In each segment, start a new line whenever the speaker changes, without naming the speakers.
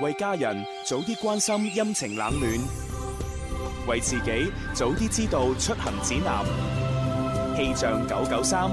為家人早啲關心陰晴冷暖，為自己早啲知道出行指南。氣象九九三。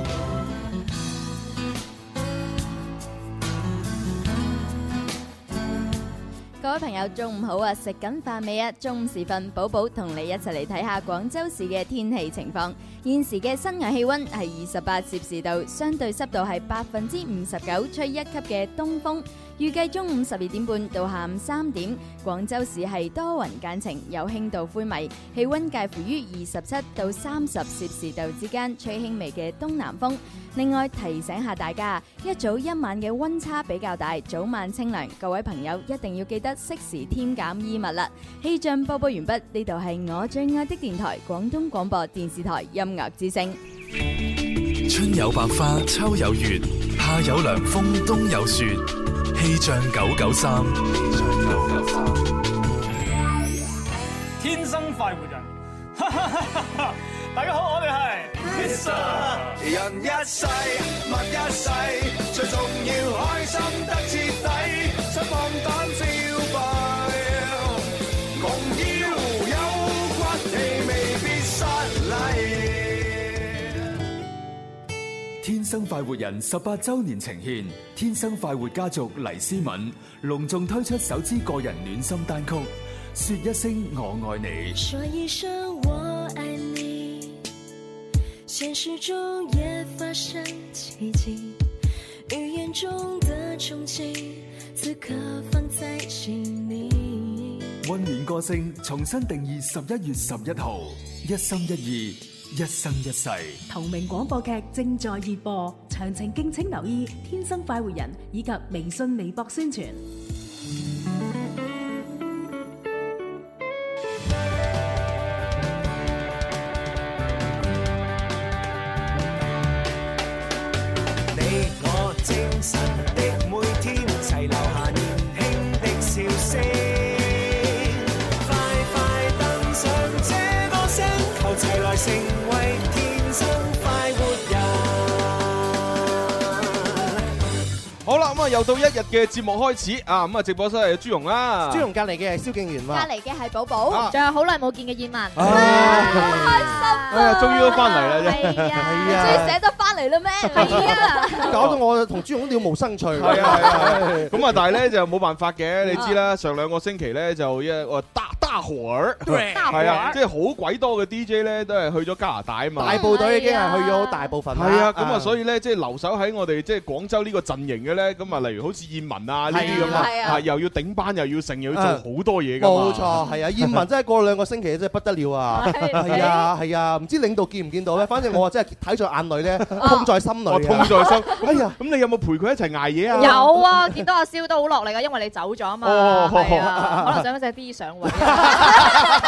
各位朋友，中午好啊！食緊飯未啊？中午時分，寶寶同你一齊嚟睇下廣州市嘅天氣情況。現時嘅室外氣温係二十八攝氏度，相對濕度係百分之五十九，吹一級嘅東風。預計中午十二點半到下午三點，廣州市係多雲間晴，有輕度灰霾，氣温介乎於二十七到三十攝氏度之間，吹輕微嘅東南風。另外提醒下大家，一早一晚嘅温差比較大，早晚清涼，各位朋友一定要記得適時添減衣物啦。氣象播報完畢，呢度係我最愛的電台——廣東廣播電視台音樂之聲。
春有百花，秋有月，夏有涼風，冬有雪。氣象九九三，
天生快活人，大家好，我哋係 Mr。
人一世物一世，最重要開心得徹底，想放膽消費，夢要有骨氣，未必失禮。
天生快活人十八周年呈現，天生快活家族黎思敏隆重推出首支個人暖心單曲《說一聲我愛你》。
说一声我爱你，现实中也发生奇迹，语言中的憧憬，此刻放在心里。
温暖歌聲重新定義十一月十一號，一心一意，一生一世。
同名廣播劇正在熱播，詳情敬請留意《天生快活人》以及微信、微博宣傳。
你我精神的每天，齊留下年輕的笑聲。快快登上這個星球，齊來成為天生快活人。
好啦，咁啊又到一日嘅節目開始啊，咁啊直播室係朱容啦，
朱容隔離嘅係蕭敬元
隔
喎。
離嘅係寶寶，
啊
仲有好耐冇見嘅燕文，
啊哎呀，終於都翻嚟啦，真係
係啊，
係
終於
啊，
捨得翻嚟啦 咩？係啊，
搞到我同朱容都了無生趣。
係啊係啊 係啊，咁啊但係咧就冇辦法嘅，你知啦，上兩個星期咧就一哦個大大火儿，係啊，即係好鬼多嘅 DJ 咧都係去咗加拿大啊嘛。
大部隊已經係去咗好大部分啦。
係啊，咁啊，所以咧，即係留守喺我哋即係廣州呢個陣營嘅咧，咁啊，例如好似燕文啊呢啲咁啊
係啊
啊，又要頂班，又要成，又要做好多嘢噶嘛。
冇錯，係啊，燕文真係過兩個星期真係不得了啊！係啊，係啊，唔知領導見唔見到咧？反正我真係睇在眼裏咧，痛在心裏
我痛
啊！
在心。
哎呀，
咁你有冇陪佢一齊捱夜啊？
有啊，見到阿蕭都好落力啊，因為你走咗啊嘛，
哦
係啊，可能想寫 B 上位啊，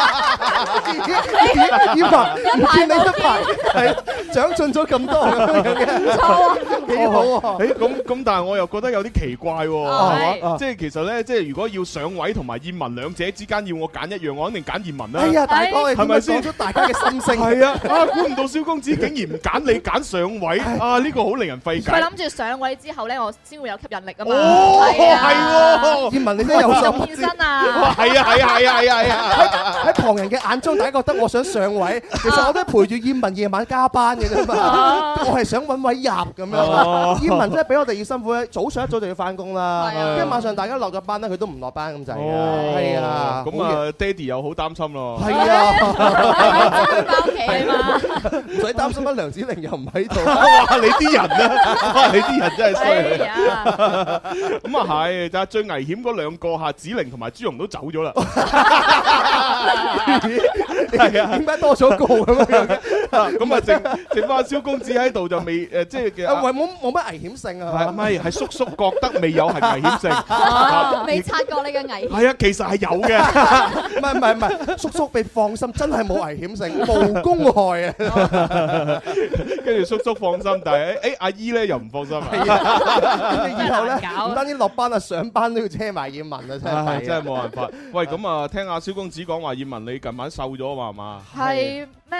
啊
燕文，唔見你一排係長進咗咁多咁樣嘅，唔錯啊，幾好啊！
誒咁咁，但係我又覺得有啲奇怪喎。
係
即係其實咧，即係如果要上位同埋燕文兩者之間要我揀一樣，我肯定揀燕文啦。
哎呀，大哥，你
係
點
咪
解
先
講出大家嘅心聲？
係啊，啊估唔到蕭公子竟然唔揀你揀上位，啊呢個好令人費
佢
解。
諗住上位之後咧，我先會有吸引力啊嘛，
哦，係喎，
燕文，你真係有
就
心。
變身啊，
係啊係啊係啊係啊係啊！
喺旁人嘅眼中，大家覺得我想上位，其實我都係陪住燕文夜晚加班嘅啫嘛。我係想揾位入咁
哦
樣。燕文真係比我哋要辛苦咧，早上一早就要翻工啦，跟住晚上大家落咗班咧，佢都唔落班咁滯嘅。係啊，
哦咁啊，爹哋又好擔心咯
好。嘢，係啊，
翻屋企啊嘛。
唔使擔心啊，梁子玲又唔喺 度。
哇！你啲人啊，哇！你啲人真係
哎
衰啊。
呀，
咁啊係，但係最危險嗰兩個嚇，子玲同埋朱容都走咗啦。係啊，
點解多咗個咁樣嘅？
咁啊剩剩翻蕭公子喺度就未誒，即係
啊，
嘅。
喂，冇冇乜危險性
係
啊？
咪係叔叔覺得未有係 危險性？啊
未察覺你嘅危險，
係啊，其實係有嘅。
唔係唔係唔係，叔叔你放心，真係冇危險性，無公害啊！
跟住叔叔放心，但係誒阿姨咧又唔放心啊。
以後咧
真係難，搞
唔單止落班啊，上班都要車埋葉問啊，真係
唉
弊
真係
啊！
冇辦法。喂，咁啊，聽阿蕭公子講話，葉文你近排瘦咗啊嘛，係嘛？
係
哦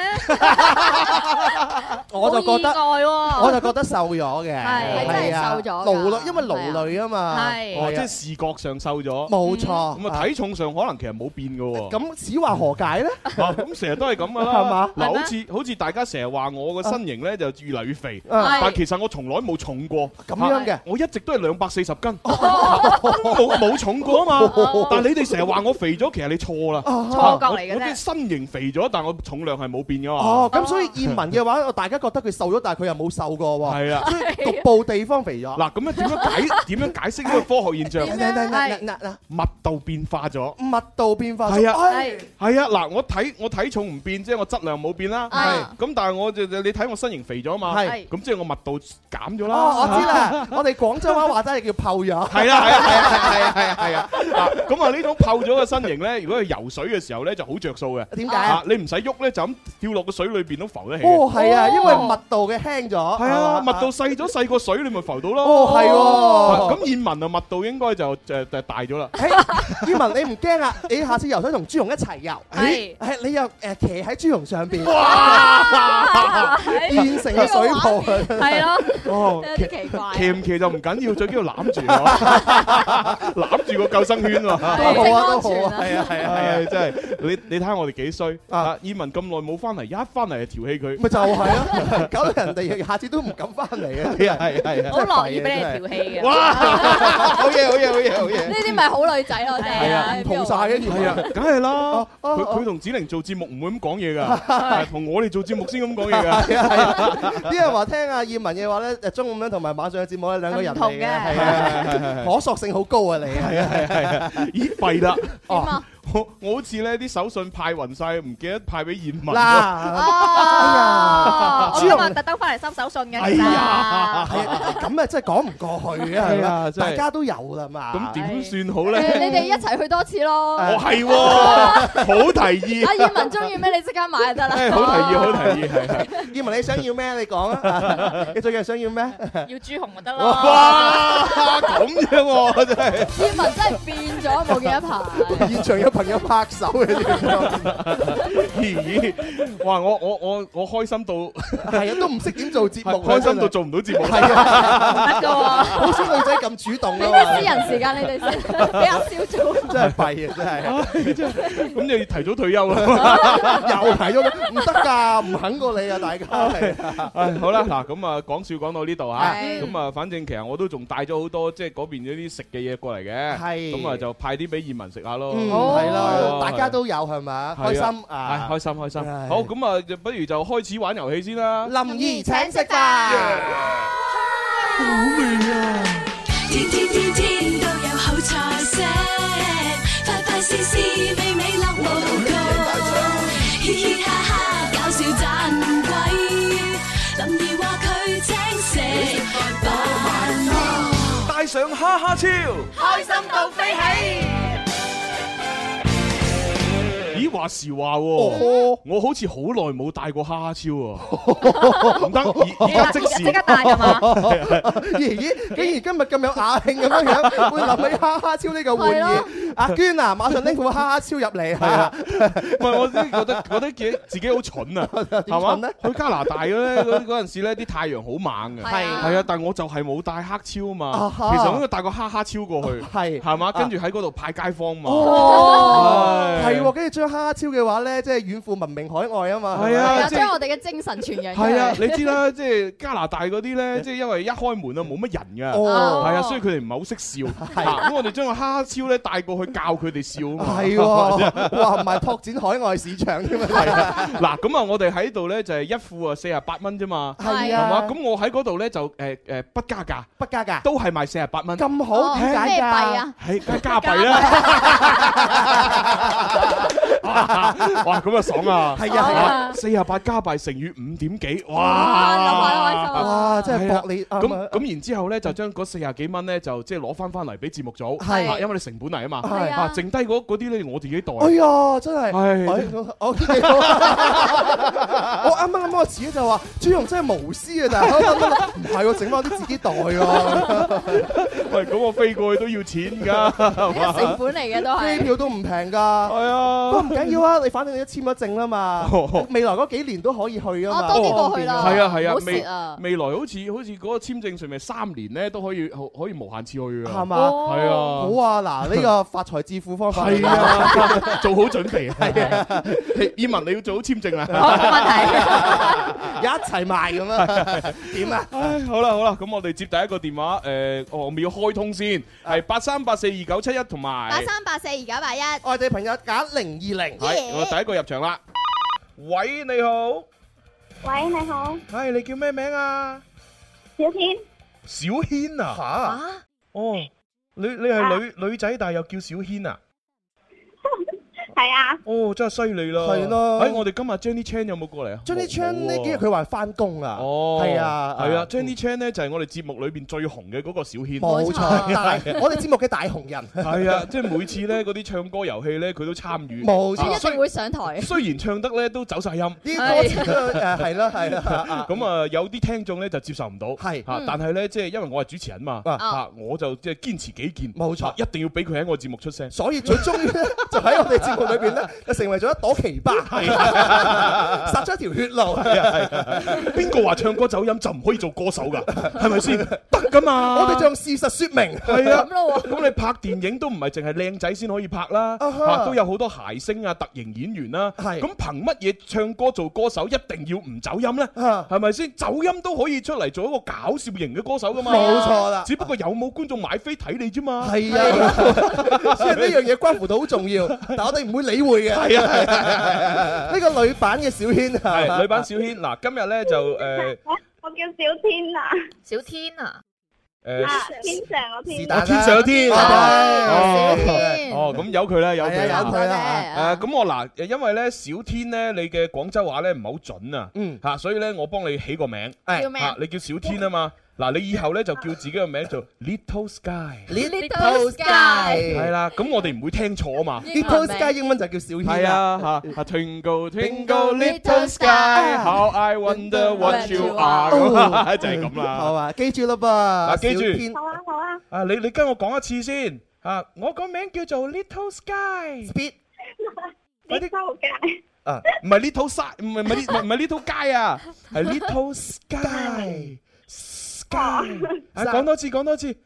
我就覺得
好意外喎
我就覺得瘦咗嘅，
係
係啊
真係瘦咗㗎
勞累，因為勞累啊嘛，
係
係
哦，即係
啊
視覺上瘦咗，
冇錯
咁啊，體重上可能其實冇變嘅喎。
咁此話何解咧？
啊咁成日都係咁噶啦，
係嘛
嗱，
係咩
好似好似大家成日話我個身形咧就越嚟越肥，
啊
但其實我從來冇重過。
咁樣嘅
啊，我一直都係兩百 四十斤，冇冇重過啊嘛
哦。
但係你哋成日話我肥咗，其實你錯啦，
錯覺嚟嘅啫
啊我我啲身形肥咗，但我重量係冇變噶嘛。
哦，咁所以葉文嘅話，大家覺得佢瘦咗，但係佢又冇瘦過喎。
係啊
所以局部地方肥咗。啊
嗱，咁樣點樣 解點樣解釋呢個科學現
嗱
象？
嗱嗱嗱嗱嗱
密度變化咗。
密度變化咗
係啊
哎
係啊，嗱，我體我體重唔變，即係我質量冇變啦。係咁，但係我就你睇我身形肥咗嘛。
係
咁，即係我密度減咗啦。
哦，我知啦，我哋廣州話話齋叫泡咗。
係啦，係啊，係 啊，係啊，係啊，係啊！啊咁啊，呢種泡咗嘅身形咧，如果佢游水嘅時候咧，就好着數嘅。
點解
啊？你唔使喐咧，就咁跳落個水裏邊都浮得起嘅。
哦，係啊，因為密度嘅輕咗。係
係啊，密度細咗細個水，你咪浮到咯。
哦係喎
啊咁燕文啊，密度應該就就就大咗啦。
葉文，你唔驚啊？你下次游水同朱紅一齊游，係你又誒騎喺朱紅上邊，
哇
現成嘅水泡，
係咯
哦，
有啲奇怪
騎唔騎就唔緊要，最緊要攬 住我，攬住個救生圈喎。
都好啊，都好啊，係啊，係啊，
唉，真係你你睇下我哋幾衰啊！燕文咁耐冇翻嚟，一翻嚟就調戲佢，
咪就 係咯，搞到人哋下次都唔敢翻嚟啊！
係啊係啊係啊，
好
樂意俾你調戲嘅。
哇！ 好嘢好嘢好嘢好嘢！
呢啲咪好女仔咯，我哋
係啊
喺邊度
同晒嘅，
係啊，梗係啦，佢佢同子玲做節目唔會咁講嘢㗎，係同我哋做節目先咁講嘢
係啊
㗎。
係啊！啲人話聽阿 葉文嘅話咧，誒中午咧同埋晚上嘅節目咧兩個人嚟嘅，係啊，可塑性好高啊你
係啊係啊係啊！咦弊啦！
啊
我我好似咧啲手信派暈晒，唔記得派俾燕文。
哎
哦，我
朱
今
紅
日特登翻嚟收手信嘅。
哎
其實
呀，
係啊，咁啊真係講唔過去啊，係
係啊
啊，
真係
大家都有啦嘛。
咁點算好
誒
咧？
你哋一齊去多次咯。
哦係喎，好提議。
阿燕文中意咩，你即刻買就得啦。
誒好提議好提議係係。
葉文你想要咩？你講啊！ 你最近想要咩？
要朱紅咪得
Ờ.
咯。
哇！咁樣喎，真係。
燕文真係變咗，冇見一排。
現場有朋友拍手嘅
咦？哇！我我我我開心到
係啊，都唔識點做節目，
開心到做唔到節目。
係啊，
唔得㗎喎
好少女仔咁主動
俾
㗎
啲
嘛
私人時間你哋先，俾阿蕭做。
真係弊啊！真係，
真係咁就要提早退休啊啦，
又係喐，唔得㗎，唔肯過你啊！大家係
唉，好啦，嗱，咁啊，講笑講到呢度啊，
係
咁啊，反正其實我都仲帶咗好多即係嗰邊嗰啲食嘅嘢過嚟嘅，
係
咁啊就派啲俾移民食下咯，
嗯，係
係
咯，大家都有係咪？開心啊！
係開心開心，
係
好，咁啊，就不如就開始玩遊戲先啦，
林怡請食飯。
好味啊！
天天天天都有好菜色，快快事事美美樂無窮，嘻嘻哈哈搞笑盞鬼，林兒話佢請食飯。
帶上哈哈超，
開心到飛起。
咦，話時話
喎，
我好似好耐冇帶過蝦 超啊，唔得，而而家即時
即刻帶㗎 嘛 咦咦，竟然今日咁有雅興咁樣樣，會諗起哈哈超呢個玩意。阿娟啊，馬上拎副哈哈超入嚟
係啊
嚇。
唔係，我真係覺得覺得自己自己好 蠢啊，係
蠢
嘛？去加拿大咧嗰嗰陣時咧，啲太陽好猛嘅，
係啊
係啊，但我就係冇帶黑超啊
啊
嘛。
哈
其實我應該帶個哈哈超過去，
係啊
係嘛？跟住喺嗰度派街坊嘛。
哦，
唉
係喎，跟住將哈哈超嘅話咧，即係遠赴文明海外啊嘛。
係啊
係啊，
即係
將我哋嘅精神傳揚出嚟。
係啊，你知啦，即係加拿大嗰啲 咧，即係因為一開門啊冇乜人㗎，
哦
係啊，所以佢哋唔係好 識笑。啊咁我哋將個哈哈超咧帶過去教佢哋笑啊嘛。
係 喎，哇，唔係拓展海外市場添啊！
嗱，咁啊，我哋喺度咧就係一副啊四十八蚊啫嘛，
係
係
啊
嘛？咁我喺嗰度咧就誒誒不加價，
不加價，
都係賣四十八蚊，
咁好點解哦咩幣啊？
係梗係加幣啦！哇，咁啊爽啊！
係啊係啊
四十八加幣乘以五點幾，
哇諗下
哇！
都開心啊哇真係
係啊
薄利啱啊
咁咁，然之後咧就將嗰四十幾蚊咧就即係攞翻翻嚟俾節目組，
係
啊因為你成本嚟啊嘛，
係啊。
啊，剩低嗰嗰啲咧，我自己袋。
哎呀，真係，
唉
哎我幾好我啱啱諗個詞就話朱紅真係無私啊，但係唔係喎，整翻啲自己袋喎，
喂，咁我飛過去都要錢㗎，係嘛
成本嚟嘅都係
機票都唔平㗎，係啊，不過唔緊要啊，你反正你都簽咗證啦嘛，未來嗰幾年都可以去啊嘛，
哦多啲過去啦
係啊
唔好
係啊，
蝕
未
啊
未來好似好似嗰個簽證上面三年咧都可以可可以無限次去㗎，
係嘛？
係啊，
好啊， 嗱，呢個發財致富方法
係啊，做好準備係啊，你以文你要做好簽證啊，
一齊賣咁啦，點啊？
唉，好啦好啦，咁我哋接第一個電話，誒，哦我咪要開通先，係八三八四二九七一同埋
八三八四二九八一，
外地朋友揀零二零，
係我第一個入場啦。喂，你好，
喂，你好。
系你叫咩名啊？
小天。
小軒啊，
吓
哦，你你
啊
係女女仔，但係又叫小軒啊？
係啊。
哦，真係犀利啦！
係咯
哎，我哋今日 Jenny Chan 有冇過嚟啊
Johnny Chan
冇
呢
喎
幾日佢話翻工啊，
哦，
係啊，
係啊，Jenny Chan 咧就係我哋節目裏邊最紅嘅嗰個小軒，
冇錯，大我哋節目嘅大紅人，
係啊，即係每次咧嗰啲唱歌遊戲咧，佢都參與，
冇錯
啊
一定會上台。
雖然唱得咧都走晒音，啲
歌詞都誒係啦 係啦啊啊
咁啊有啲聽眾咧就接受唔到，係
嗯
但係咧即係因為我係主持人嘛，
啊
嚇我就即係堅持己見，冇錯，一定要俾佢喺我節目出聲，
所以最終咧就喺我哋節目裏邊咧，就成為咗一朵奇 葩，殺咗一條血路。
係啊係啊，邊個話唱歌走音就唔可以做歌 手㗎？係咪先得㗎嘛？
我哋就用事實説明，
係啊，咁你拍電影都唔係淨係靚仔先可以拍啦，
啊哈
啊都有好多諧星啊、特型演員啦。咁憑乜嘢唱歌做歌手一定要唔走音呢？係咪先？走音都可以出嚟做一個搞笑型嘅歌手噶嘛？
冇錯啦
只不過有冇觀眾買飛睇你啫嘛？
係啊，所以呢樣嘢關乎到好重要，但我哋唔會理會嘅。
係啊係啊係啊係啊
呢個女版嘅小軒
係女版小軒嗱，今日呢就誒
我我叫小天啊。
小天啊。
誒。
啊，天上個天。
啊天上有天，
哦
哦
小天
哦，咁由佢啦，由佢啦，
係啊由佢啦
誒，咁我嗱，因為咧小天咧，你嘅廣州話咧唔係好準啊，嗯，嚇，所以咧我幫你起個名，
係
叫咩
嚇你叫小天啊嘛，嗱，你以後咧就叫自己個名做 Little Sky，
Little Sky
係啦，咁我哋唔會聽錯啊嘛
，Little Sky 英文就叫小軒啦
係啊，嚇，Twinkle Twinkle Little Sky，How I Wonder What You Are，
哦
就係咁啦，
好啊，記住啦噃，
嗱記住
小軒
好啊好啊。
啊，你你跟我講一次先。啊！我個名叫做 Little Sky。
Little Sky。
啊，唔係 Little Sky，唔係唔係呢唔係 Little Guy 啊，係 Little Sky。Sky。啊，
哦
講多次，講多次。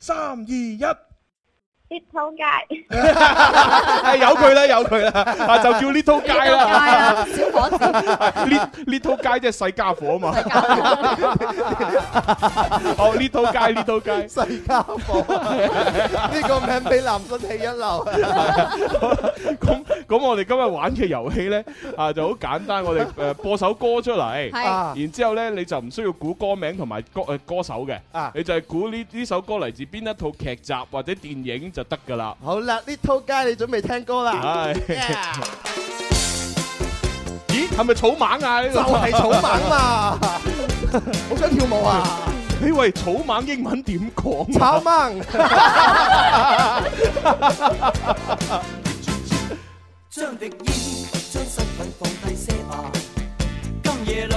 三二一，
Little Sky。
係有佢啦，有佢啦，啊就叫 Little Guy 啦。
小伙子。
Lit- Little Guy 即係細家伙啊嘛。哦，Little Guy，Little Guy。
細家伙，呢個名俾男生氣一 流。
咁我哋今日玩嘅遊戲呢，啊就好簡單，我哋誒播首歌出嚟，
係啊
然之後呢，你就唔需要估歌名同埋歌誒歌手嘅，
啊
你就係估呢呢首歌嚟自邊一套劇集或者電影就得㗎啦。
好啦，Little Guy 你準備聽歌啦
係。咦，係咪草蜢啊？呢
就
度
係草 蜢嘛，好想跳舞啊！
咦喂，草蜢英文點講？
草蜢。
將敵意，將身份放低些吧。今夜裏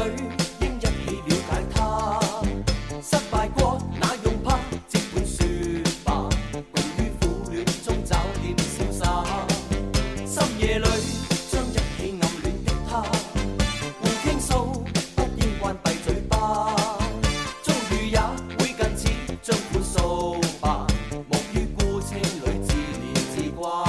應一起了解他。失敗過那用怕，即管説吧。共於苦戀中找點瀟灑。深夜裏將一起暗戀的他，互傾訴，不應關閉嘴巴。遭遇也會近似，將款掃吧。木於孤清裏自憐自掛。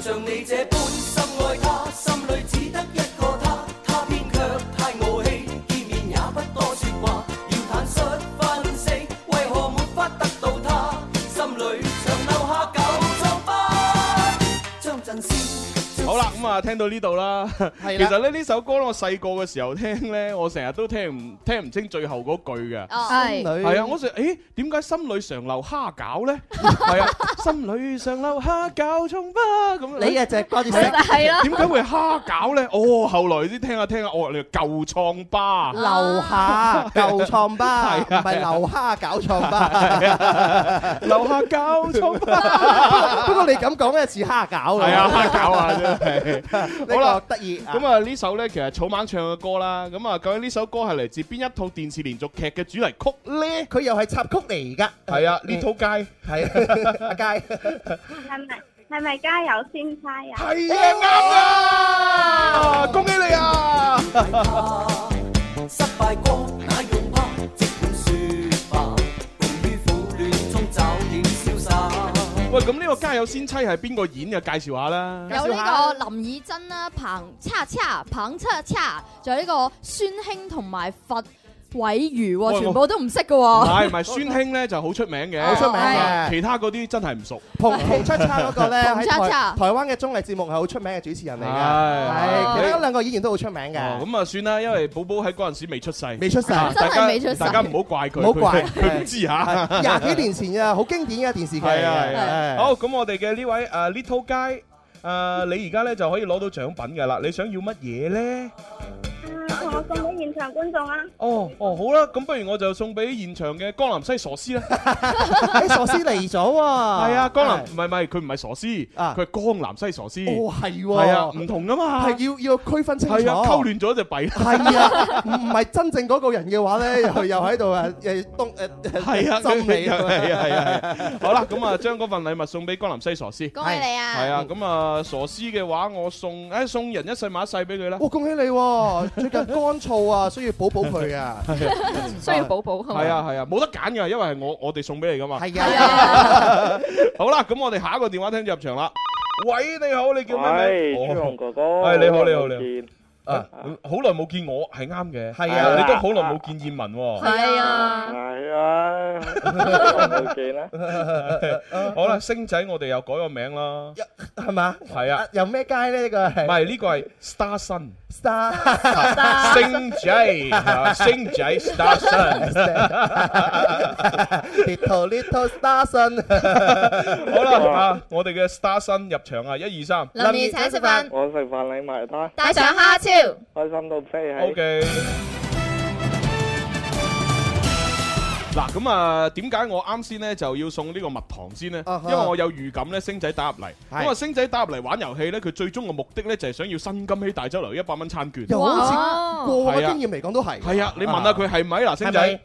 像你這般深愛他，心裏只得一個他，他偏卻太傲氣，見面也不多説話，要坦率分析，為何沒法得到他，心裏常留下舊瘡疤，將陣先，將
好啦，咁啊，聽到呢度啦。其實咧呢首歌咧，我細個嘅時候聽咧，我成日都聽唔聽唔清最後嗰句嘅。
哦係心裏
係啊，我成誒點解心裏常留蝦餃咧？係啊，心裏常留蝦餃從不咁。
你啊就係掛住食
係啊
係啦
點解會蝦餃咧？哦，後來先聽下聽下，哦，你舊創疤，
留下舊創疤
係啊
唔係留蝦餃 創疤
係啊留下膠蔥
疤。不過你咁講咧似蝦餃㗎
係啊，蝦餃啊，真係。
好啦，得意啊
咁啊，呢首咧其實草蜢唱嘅歌啦。咁啊，究竟呢首歌係嚟自邊一套電視連續劇嘅主題曲咧？
佢又係插曲嚟㗎。
係啊，呢套街
係阿佳。
係咪係咪加油先加油？
係啊，啱啊！恭喜你啊！
失敗過，那用怕，即管説吧，共於苦亂中找點瀟灑。
喂，咁呢個《家有仙妻》係邊個演嘅？介紹下啦。
有呢個林以真啦、彭恰恰、彭恰恰，仲有呢個孫興同埋佛偉如
喂
喎，全部都唔識嘅
唔係
喎。
唔係， 孫興咧就好出名嘅，
好出名嘅
其他嗰啲真係唔熟。
同同七叉嗰 個咧
同
喺
七
台
叉
台灣嘅綜藝節目係好出名嘅主持人嚟嘅，
係
係其他兩個演員都好出名
哦
嘅。
咁啊算啦，因為寶寶喺嗰陣時未出世，
未出世
啊
真係
大家
未出世
大家唔好怪佢，
唔好怪
佢佢唔知嚇。
係廿幾年前啊，好經典嘅電視劇嚟
係
嘅。
啊係啊，
係
好咁，我哋嘅呢位誒 Little Guy 誒，你而家咧就可以攞到獎品㗎啦。你想要乜嘢咧？
啊，同我送俾現場觀眾啊！
哦哦，好啦，咁不如我就送俾現場嘅江南西傻師啦。
誒傻師嚟咗喎。係
係
啊
啊，江南唔係唔係，佢唔係傻師，佢係江南西傻師。
哦係喎
係啊，唔同噶嘛。
係要要區分清楚。
係啊，溝亂咗就弊啦。
係啊，唔唔係真正嗰個人嘅 話咧，又又喺度啊，誒東誒
係啊，
針你
係啊，係啊，係啊，係啊好啦，咁啊，將嗰份禮物送俾江南西傻師。
恭喜你啊
係啊，咁啊，傻師嘅話，我送誒送人一世買一世俾佢 啦。
哇！恭喜你喎，最近乾燥啊，需要補補佢啊，
需要補補係嘛
係啊係啊，冇得揀㗎，因為係我我哋送俾你㗎嘛。
係
啊。 好啦，咁我哋下一個電話聽眾入場啦。喂，你好，你叫咩
喂，
名？
朱紅哥哥，
係你好，你
好耐
好，
冇
你
見
好。啊，好耐冇見我係啱嘅。
係啊
你都好耐冇見燕文喎。
係啊， 係啊，冇見啦。
好啦，星仔，我哋又改個名啦，
係嘛？
係啊，
有咩街咧？呢個係
唔係呢個係 Star Sun。
Star
星 仔，啊星仔 Star Sun。
Little Little Star Sun。
好啦，啊，我哋嘅 Star Sun 入場啊，一二三，
林兒請食飯我食飯你埋單，
帶上
蝦
蝦
超，開心到飛起。
O K。嗱咁啊，點解我啱先咧就要送呢個蜜糖先呢？
啊哈
因為我有預感咧，星仔打入嚟，
係
咁啊星仔打入嚟玩遊戲咧，佢最終嘅目的咧就係想要新金禧大酒樓一百蚊餐券。
又好似過往嘅經驗嚟講都係。
係啊，你問下佢係咪嗱，星
係
仔
咪？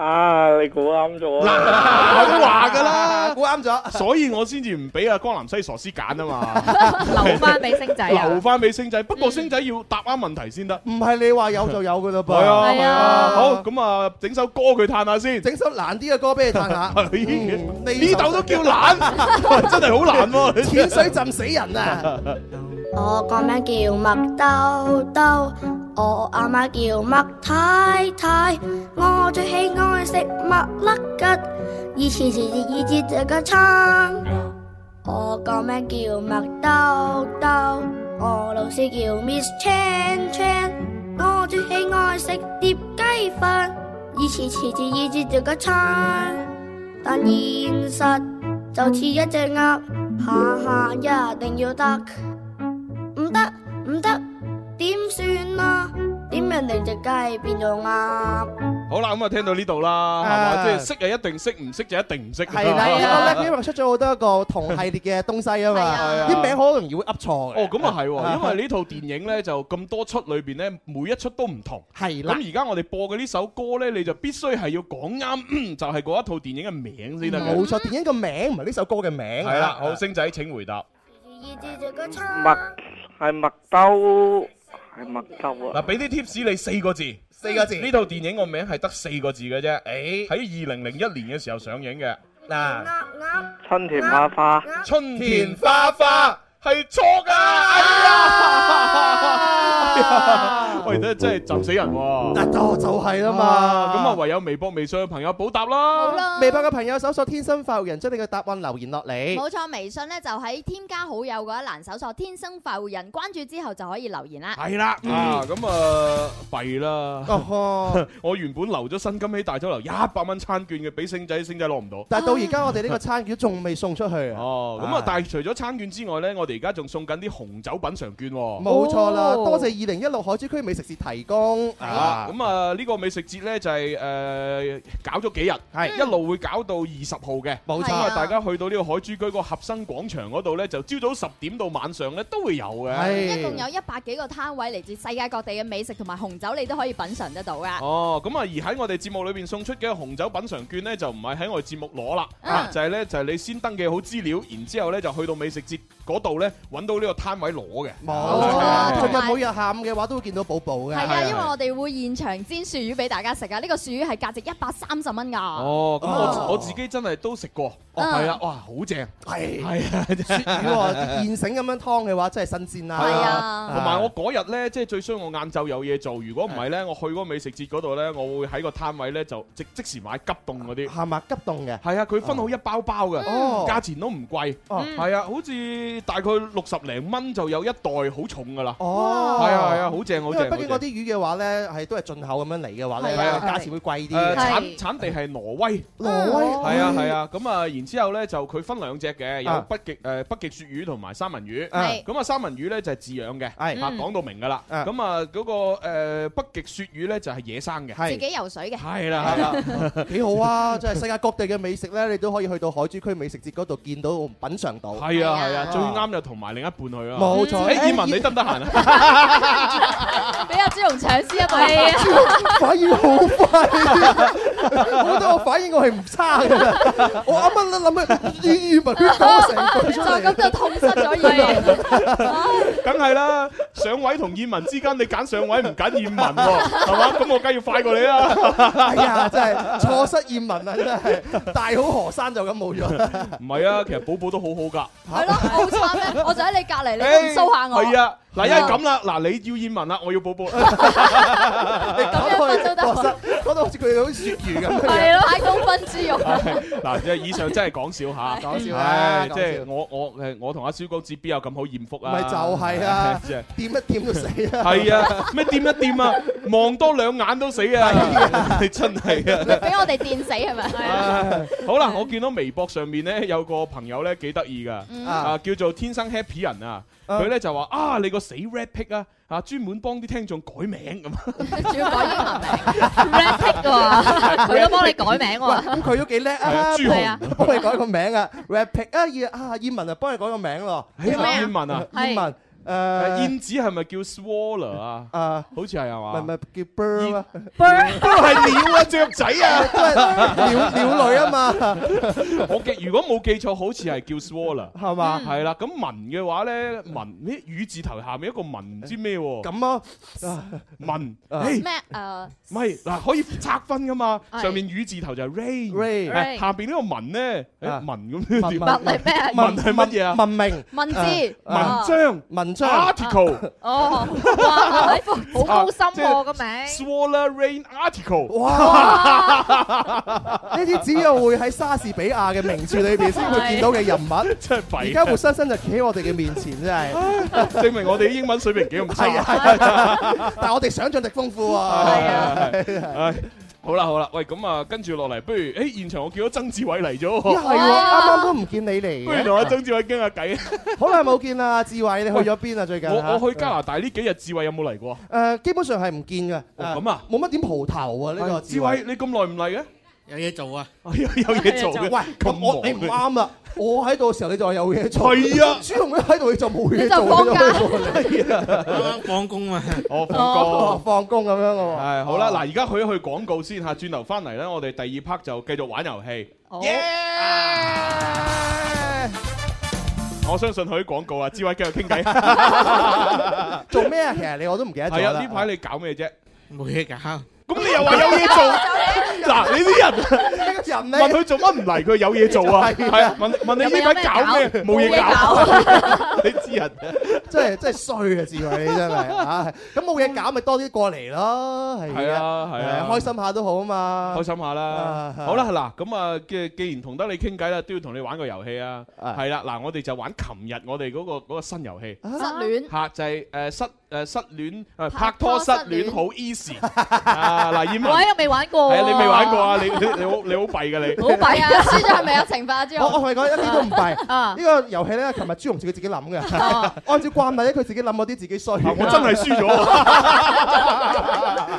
啊，你估啱咗
嗱，我都話㗎啦，
估啱咗，
所以我先至唔俾阿江南西傻師揀啊嘛。
留翻俾星仔
à?
啊
留翻俾星仔。不過星仔要答啱問題先得。
唔係你話有就有㗎啦噃。
係啊，係啊。好，咁啊，整首歌佢嘆下先。
整首難啲嘅歌俾你嘆 下。
嗯呢度都叫懶， 真係好難喎。
淺水浸死人啊！
我個名叫麥兜兜，我阿媽叫麥太太，我最喜愛食麥粒吉，以前時熱熱熱食個餐。我個名叫麥兜兜，我老師叫 Miss Chan Chan，我最喜愛食碟雞飯，以前時熱熱熱食個餐，但現實就似一隻鴨，下下一定要得。唔得唔得，點算啊？點人哋只雞變咗鴨？
好啦，咁啊，聽到呢度啦，係
啊
嘛？即係識就一定識，唔識就一定唔識。
係啦，呢個 l e 出咗好多個同系列嘅東西啊嘛，啲名好容易會噏錯嘅。
哦，咁啊係喎，因為呢套電影咧就咁多出裏邊咧，每一出都唔同。
係啦
咁而家我哋播嘅呢首歌咧，你就必須係要講啱， 就係嗰一套電影嘅名先得嘅。
冇錯，電影個名唔係呢首歌嘅名。
係啦，好，星仔請回答。
麥係麥兜，係麥兜
嗱，
啊！
俾啲 tips 你四個字，
四個字
呢套電影個名係得四個字嘅啫。誒，喺二零零一年嘅時候上映嘅。嗱，
春田花花，
春田花花係錯㗎。哎呀！喂，真真係浸死人喎！
就就係啦嘛
啊咁啊，唯有微博、微信嘅朋友補答啦。
微博嘅朋友搜索天生快活人，將你嘅答案留言落嚟。
冇錯，微信咧就喺添加好友嗰一欄搜索「天生快活人」，關注之後就可以留言啦。
係啦，啊咁啊弊啦！
哦
我原本留咗新金禧大酒樓一百蚊餐券嘅，俾星仔，星仔攞唔到。
但係到而家我哋呢個餐券仲未送出去啊！
哦，咁啊，但係除咗餐券之外咧，我哋而家仲送緊啲紅酒品嚐券喎。
冇錯啦，多謝二零一六海珠區美食節提供。
啊，咁啊呢個美食節呢，就係誒搞咗幾日，係一路會搞到二十號嘅，冇
錯
啊！大家去到呢個海珠居個合生廣場嗰度呢，就朝早十點到晚上呢都會有嘅，
一共有一百幾個攤位，嚟自世界各地嘅美食同埋紅酒，你都可以品嚐得到噶。
哦，咁啊，而喺我哋節目裏邊送出嘅紅酒品嚐券呢，就唔係喺我哋節目攞啦，
嗯
啊，就係呢，就係你先登記好資料，然之後呢，就去到美食節嗰度呢，揾到呢個攤位攞嘅。
冇錯
啊
啦，仲有每日下午嘅話都會見到寶寶嘅。
係啊，因為我哋會現場煎鱈魚俾大家食啊！呢個鱈魚係價值一百三十蚊㗎。
哦，咁我我自己真係都食過，哦
嗯
係啊，哇，好正，
係
係啊，鱈
如果現成咁樣湯嘅話，真係啊新鮮啦。係
啊同埋我嗰日咧，即係最衰我晏晝有嘢做，如果唔係咧，我去嗰個美食節嗰度咧，我會喺個攤位咧就即即時買急凍嗰啲。
係咪急凍嘅？
係啊，佢分好一包包嘅，
哦
價錢都唔貴，
哦
係啊，好似大概六十零蚊就有一袋，好重噶啦。
哦，
係啊係啊，好正好
因
正。
為畢竟
好
嗰啲
正
魚嘅話咧，係都係進口咁樣嚟嘅話咧，
係啊
價錢會貴啲
誒
嘅。
產產地係挪威，
挪威
係啊係啊，咁啊，然之後咧就佢分兩隻嘅，有
啊
北極誒北極鱈魚同埋三文魚，
係
咁啊三文魚咧就係飼養嘅，
係
啊
嗯
講到明㗎啦，咁啊嗰個誒北極鱈魚咧就係野生嘅，
自己游水嘅。
係啦係啦。
幾好啊！真係世界各地嘅美食咧，你都可以去到海珠區美食節嗰度見到、品嚐到。
係啊係啊，最啱就同埋另一半去啊！
冇錯
誒，以文你得唔得 閒啊？
俾阿朱紅搶先一步。
反應好快，我覺得我反應我係唔差嘅。我啱啱諗起語文佢講成 句出嚟，
就咁就痛失咗意義。
梗係啦，上位同以文之間，你揀上位唔揀以文喎，係嘛？咁我梗係要快過你啦！
哎呀，啊真係錯失艷文啊！真係大好河山就咁 冇咗。
唔係啊，其實寶寶都好好㗎。
係咯，好慘 咩？我就喺你隔離，你都唔 show 下我。
係啊，嗱，因為咁啦，嗱，你要燕文啦，我要寶寶。
咁樣分都得。
講到好似佢好似鱈魚咁樣。
係啊咯，太公分豬肉。
嗱，即係以上真係講笑嚇，
講笑啦
唉
講笑
即係我我誒，我同阿蕭公子邊有咁好豔福啊？
咪就係 啊
即係
掂一掂都死啊！
係啊，咩掂一掂啊，望多兩眼都死啊！你 真係啊！
俾我哋電死係咪？
唉好啦，我見到微博上面咧有個朋友咧幾得意噶
嗯，
啊叫做天生 happy 人啊，佢咧就話啊你個死 red pick 啊，啊專門幫啲聽眾改 名咁，
仲要改英文名。
Red Tick 喎，佢都幫你改名
喂，
喎。
咁佢都幾叻
係啊
啊！
朱紅
係啊幫你改個名啊，Rapid 啊，葉啊葉文啊，幫你改個名咯。
係啊葉文啊
葉文
誒
誒
燕子係咪叫 swaller 啊？
啊，
好似係啊
唔係唔
嘛？
係叫 bird 啊
都係鳥啊，雀仔啊，
都係鳥鳥類啊嘛。
我記如果冇記錯，好似係叫 swaller
係嘛
係啦，咁文嘅話咧，文咩雨字頭下面一個文唔知咩喎？
咁啊，
文誒
咩誒？
唔係嗱，可以拆分噶嘛？
係
上面雨字頭就係 rain，
Rain 啊
誒下邊呢個文咧，誒文咁
文
點
文
啊？
係咩啊
文係乜嘢啊？
文明
文字
誒
文章、
文章
article，
哦， 哇，好
啊
高深喎個名。
Swaller Rain article，
哇！呢啲只有會喺莎士比亞嘅名著裏邊先會見到嘅人物，
真係弊
而家活生生就企喺我哋嘅面前，真係。
證明我哋啲英文水平幾咁 差。
係啊係啊，但係我哋想像力豐富啊！
係啊，唉好啦好啦，喂咁啊，跟住落嚟，不如誒現場我見到曾志偉嚟咗
咦係啊
喎，
喎，啱啱都唔見你嚟
不如同阿
嘅，
曾志偉傾下偈。
好耐冇見啦，志偉，你去咗邊啊？最近
我我去加拿大呢幾日，志偉有冇嚟過？啊
誒，基本上係唔見嘅。
哦咁啊，
冇乜點蒲頭啊呢個
志
志
偉，
偉。
你咁耐唔嚟嘅？
有嘢做啊！
有有嘢做嘅，
喂，咁我你唔啱啊啦！我喺度嘅時候你就話有嘢做，
係啊
朱紅喺度你就冇嘢
你
做，
就放假
啱
放工啊！
我
哦
啊放工。
放工咁樣嘅喎。
係好啦，嗱，而家去一去廣告先嚇，轉頭翻嚟咧，我哋第二 part 就繼續玩遊戲。我相信佢啲廣告啊，志偉繼續傾偈。
做咩啊？其實你我都唔記得咗
係
啦。
啊，呢排你搞咩啫？
冇嘢搞。
咁你又話有嘢做？嗱，你啲人
人
問佢做乜唔嚟？佢有嘢做啊？
就係啊
係啊，問問你呢排搞咩？
有
冇
咩
嘢
搞
搞，你知人
真係真係衰啊！智慧你真係 啊，咁冇嘢搞咪多啲過嚟咯，係
係啊係啊
開心下都好啊嘛，
開心下啦。好啦，嗱咁啊，既既然同得你傾偈啦，都要同你玩個遊戲啊。係啦，嗱，我哋就玩琴日我哋嗰個嗰個新遊戲。
失戀
嚇就係誒失誒失戀誒
拍
拍
拖
拖
失
失
戀
戀好 easy 啊！嗱，燕文
我又未玩過喎
係啊，你未玩過啊？你你你好你好弊㗎你。
好弊
à?
啊！輸咗係咪有懲罰啊？朱
我
紅
我同你講一啲都唔弊，
啊
呢個遊戲咧，琴日朱紅自己自己諗嘅， 按照慣例咧，佢自己諗嗰啲自 己衰。我
真係輸
咗。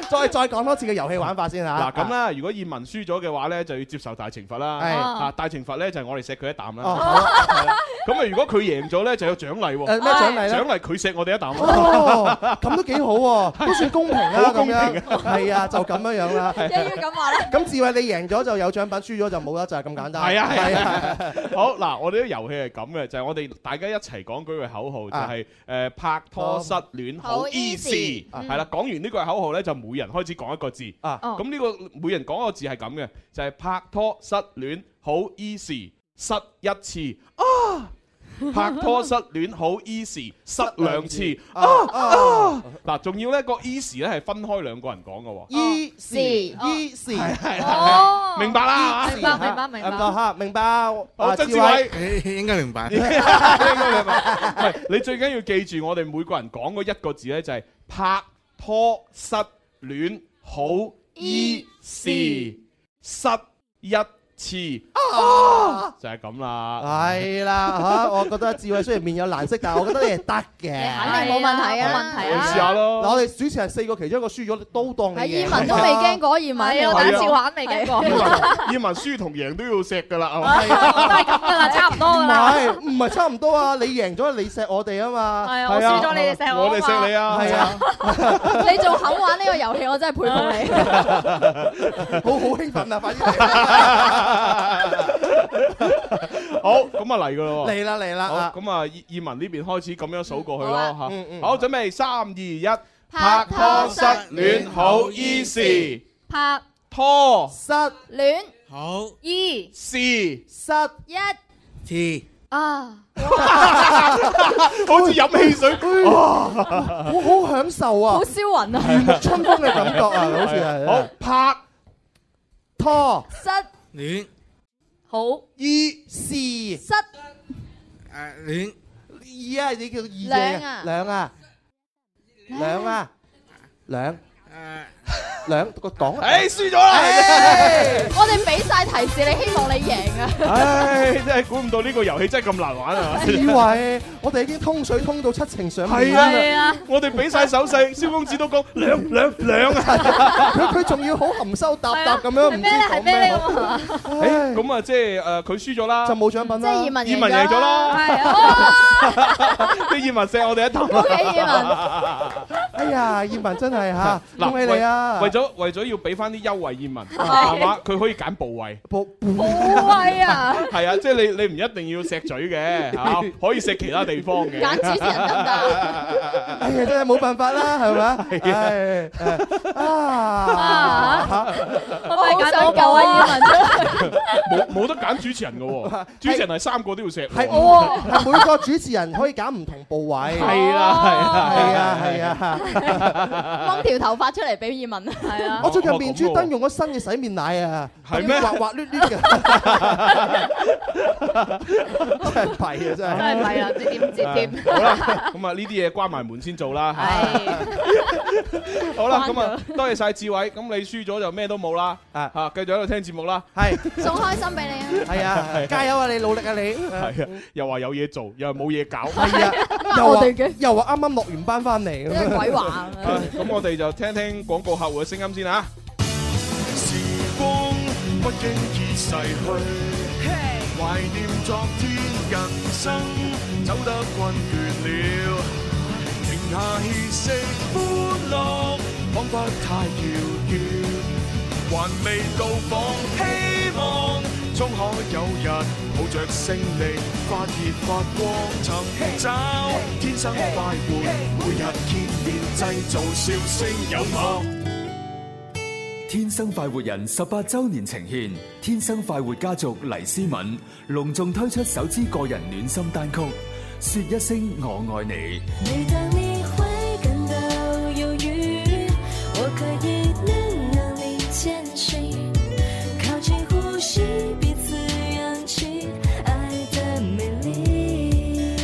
再 再講多次嘅遊戲玩法先
嗱
嚇。
咁啦，如果葉文輸咗嘅話咧，就要接受大懲罰啦。
係
啊，大懲罰咧就係我哋錫佢一啖啦。
哦
係啦咁啊，如果佢贏咗咧，就有獎勵喎。
誒咩獎勵咧
獎勵佢錫我哋一啖。
哦，咁都幾好喎，都算公平啊，
好公平啊
咁樣係啊，就咁樣樣啦。
又要
咁話
咧？咁智慧你贏咗就有獎品，輸咗就冇啦，就係咁簡單。
係啊係啊，好嗱，我哋啲遊戲係咁嘅，就係我哋大家一齊講嗰句口號，就係誒拍拖失戀好
好
easy，
easy，
係啦。講完呢句口號咧，就每人開始講一個字。
啊，
咁呢個每人講一個字係咁嘅，就係拍拖失戀好 easy，失一次啊。拍拖失戀好 easy，失兩次啊啊！嗱，仲要呢個 easy 咧係分開兩個人講嘅喎。
依時
哦
依時係
哦明白啦明白
明白明白
嚇明白。
好，
啊
曾志 偉，
應該明白。
應該明白。唔係，你最緊要記住，我哋每個人講嗰一個字咧，就係拍拖失戀好 easy，失一次
啊，
就係咁啦。
係啦嚇，我覺得智慧雖然面有難色，但係我覺得你係得嘅，
肯定冇問題啊！冇問
你試下咯。
嗱，我哋主持人四個其中一個輸咗，都當你
係
贏。
燕文都未驚過，燕文
係啊我第一次玩未驚過
燕文燕文輸同贏都要錫㗎啦，係嘛
都係咁噶 啦，差唔多噶啦。
唔係唔係差唔多啊！你贏咗你錫我哋啊嘛，
係啊我
à?
輸咗你哋錫我啊嘛我哋錫你
啊
係啊，
你仲肯玩呢個遊戲，我真係佩服你。
好好興奮啊！快啲嚟
好，咁啊嚟噶咯喎，
嚟啦嚟啦
好
啊
咁啊，葉葉文呢邊開始咁樣數過去
嗯好啊
咯吓
嗯嗯，
好，準備三二一，
拍拖失
戀好 easy，
拍
拖
失
戀
好
二
，C
失
一
T，
啊！
好似飲汽水，
好好享受啊！
好消魂啊！
如沐春風嘅感覺啊，好似
係
係
好拍
拖
失
戀
好
依是
誒
失
戀
二啊，你叫二
兩啊
兩啊，兩啊，兩兩個講，
誒輸咗啦！
我哋俾晒提示你，希望你贏啊！
唉，真係估唔到呢個遊戲真係咁難玩啊！
以為我哋已經通水通到七情上面
係啊係啊，我哋俾晒手勢，蕭公子都講兩兩兩啊！
佢佢仲要好含羞答答咁樣，唔知講咩好。
誒咁啊，即係誒佢輸咗啦，
就冇獎品啦。
即係葉問贏咗葉問贏咗啦係啲葉文錫我哋一啖。
恭喜葉哎呀，葉文真係嚇，
嗱
恭喜你啊！
為為咗為咗要俾翻啲優惠葉文，
係
係嘛？佢可以揀部位。
部
好威啊！
係啊，即係你你唔一定要 錫嘴嘅，嚇可以錫其他地方嘅。
揀主持人得唔
得？
哎呀，真係冇辦法 啦，係
à.
咪啊？唉誒 啊！
我咪揀到
救啊葉文
冇冇得揀主持人嘅喎，主持人係三個都要錫喎。
係係每個主持人可以揀唔同部位。à,
係啊係啊
係啊係啊！
掹條頭髮出嚟俾葉問啊！係啊
我最近面珠燈用咗新嘅洗面奶啊，
係咩
滑滑捋捋嘅，真係弊啊！真
Dạ.
真
係
係
à?
弊啦唔知點接點
好啦，咁啊呢啲嘢關埋門先做啦。 係。好啦，咁啊多謝晒志偉，咁你輸咗就咩都冇啦。啊，嚇繼續喺度聽節目啦。
係。
送開心俾你啊！
係啊，加油啊！你努力啊！你
係啊，又話有嘢做，又話冇嘢搞。
係啊，又話又話啱啱落完班翻嚟，
真係鬼
話
啊！
啊咁我哋就聽聽廣告客戶嘅聲音先啊。
時光不經已逝去，懷念昨天，人生走得困倦了，停下歇息，歡樂彷彿太遙遠，還未到訪，希望終可有日抱着勝利發熱發光，尋找天生快活，每日見面製造笑聲有我。
天生快活人十八周年呈現，天生快活家族黎思敏隆重推出首支個人暖心單曲《說一聲我愛你》。
每当你会感到忧郁，我可以能让你前行，靠近呼吸，彼此扬起爱的美丽。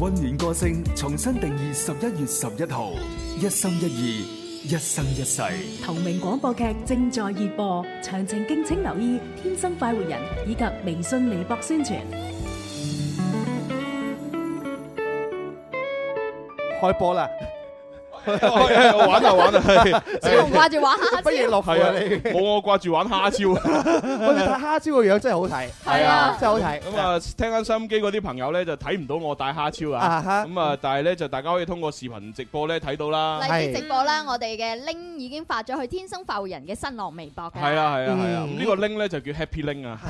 温暖歌聲重新定義十一月十一號，一心一意，一生一世。
同名廣播劇正在熱播，詳情敬請留意《天生快活人》以及微信、微博宣傳。
開波啦！
我玩啊玩啊，係
小紅掛
住玩蝦
不亦樂乎
係
啊
啊
你！
冇我掛住玩蝦超。
喂，你睇蝦超個樣真係好睇，
係啊
真係好睇。
咁啊，聽緊收音機嗰啲朋友咧就睇唔到我戴蝦超
啊
啊。咁啊，但係咧就大家可以通過視頻直播咧睇到啦。
嚟啲直播啦，我哋嘅 link 已經發咗去天生快活人嘅新浪微博㗎
係啊係啊係啊，
嗯
咁呢個 link 咧就叫 Happy Link 啊。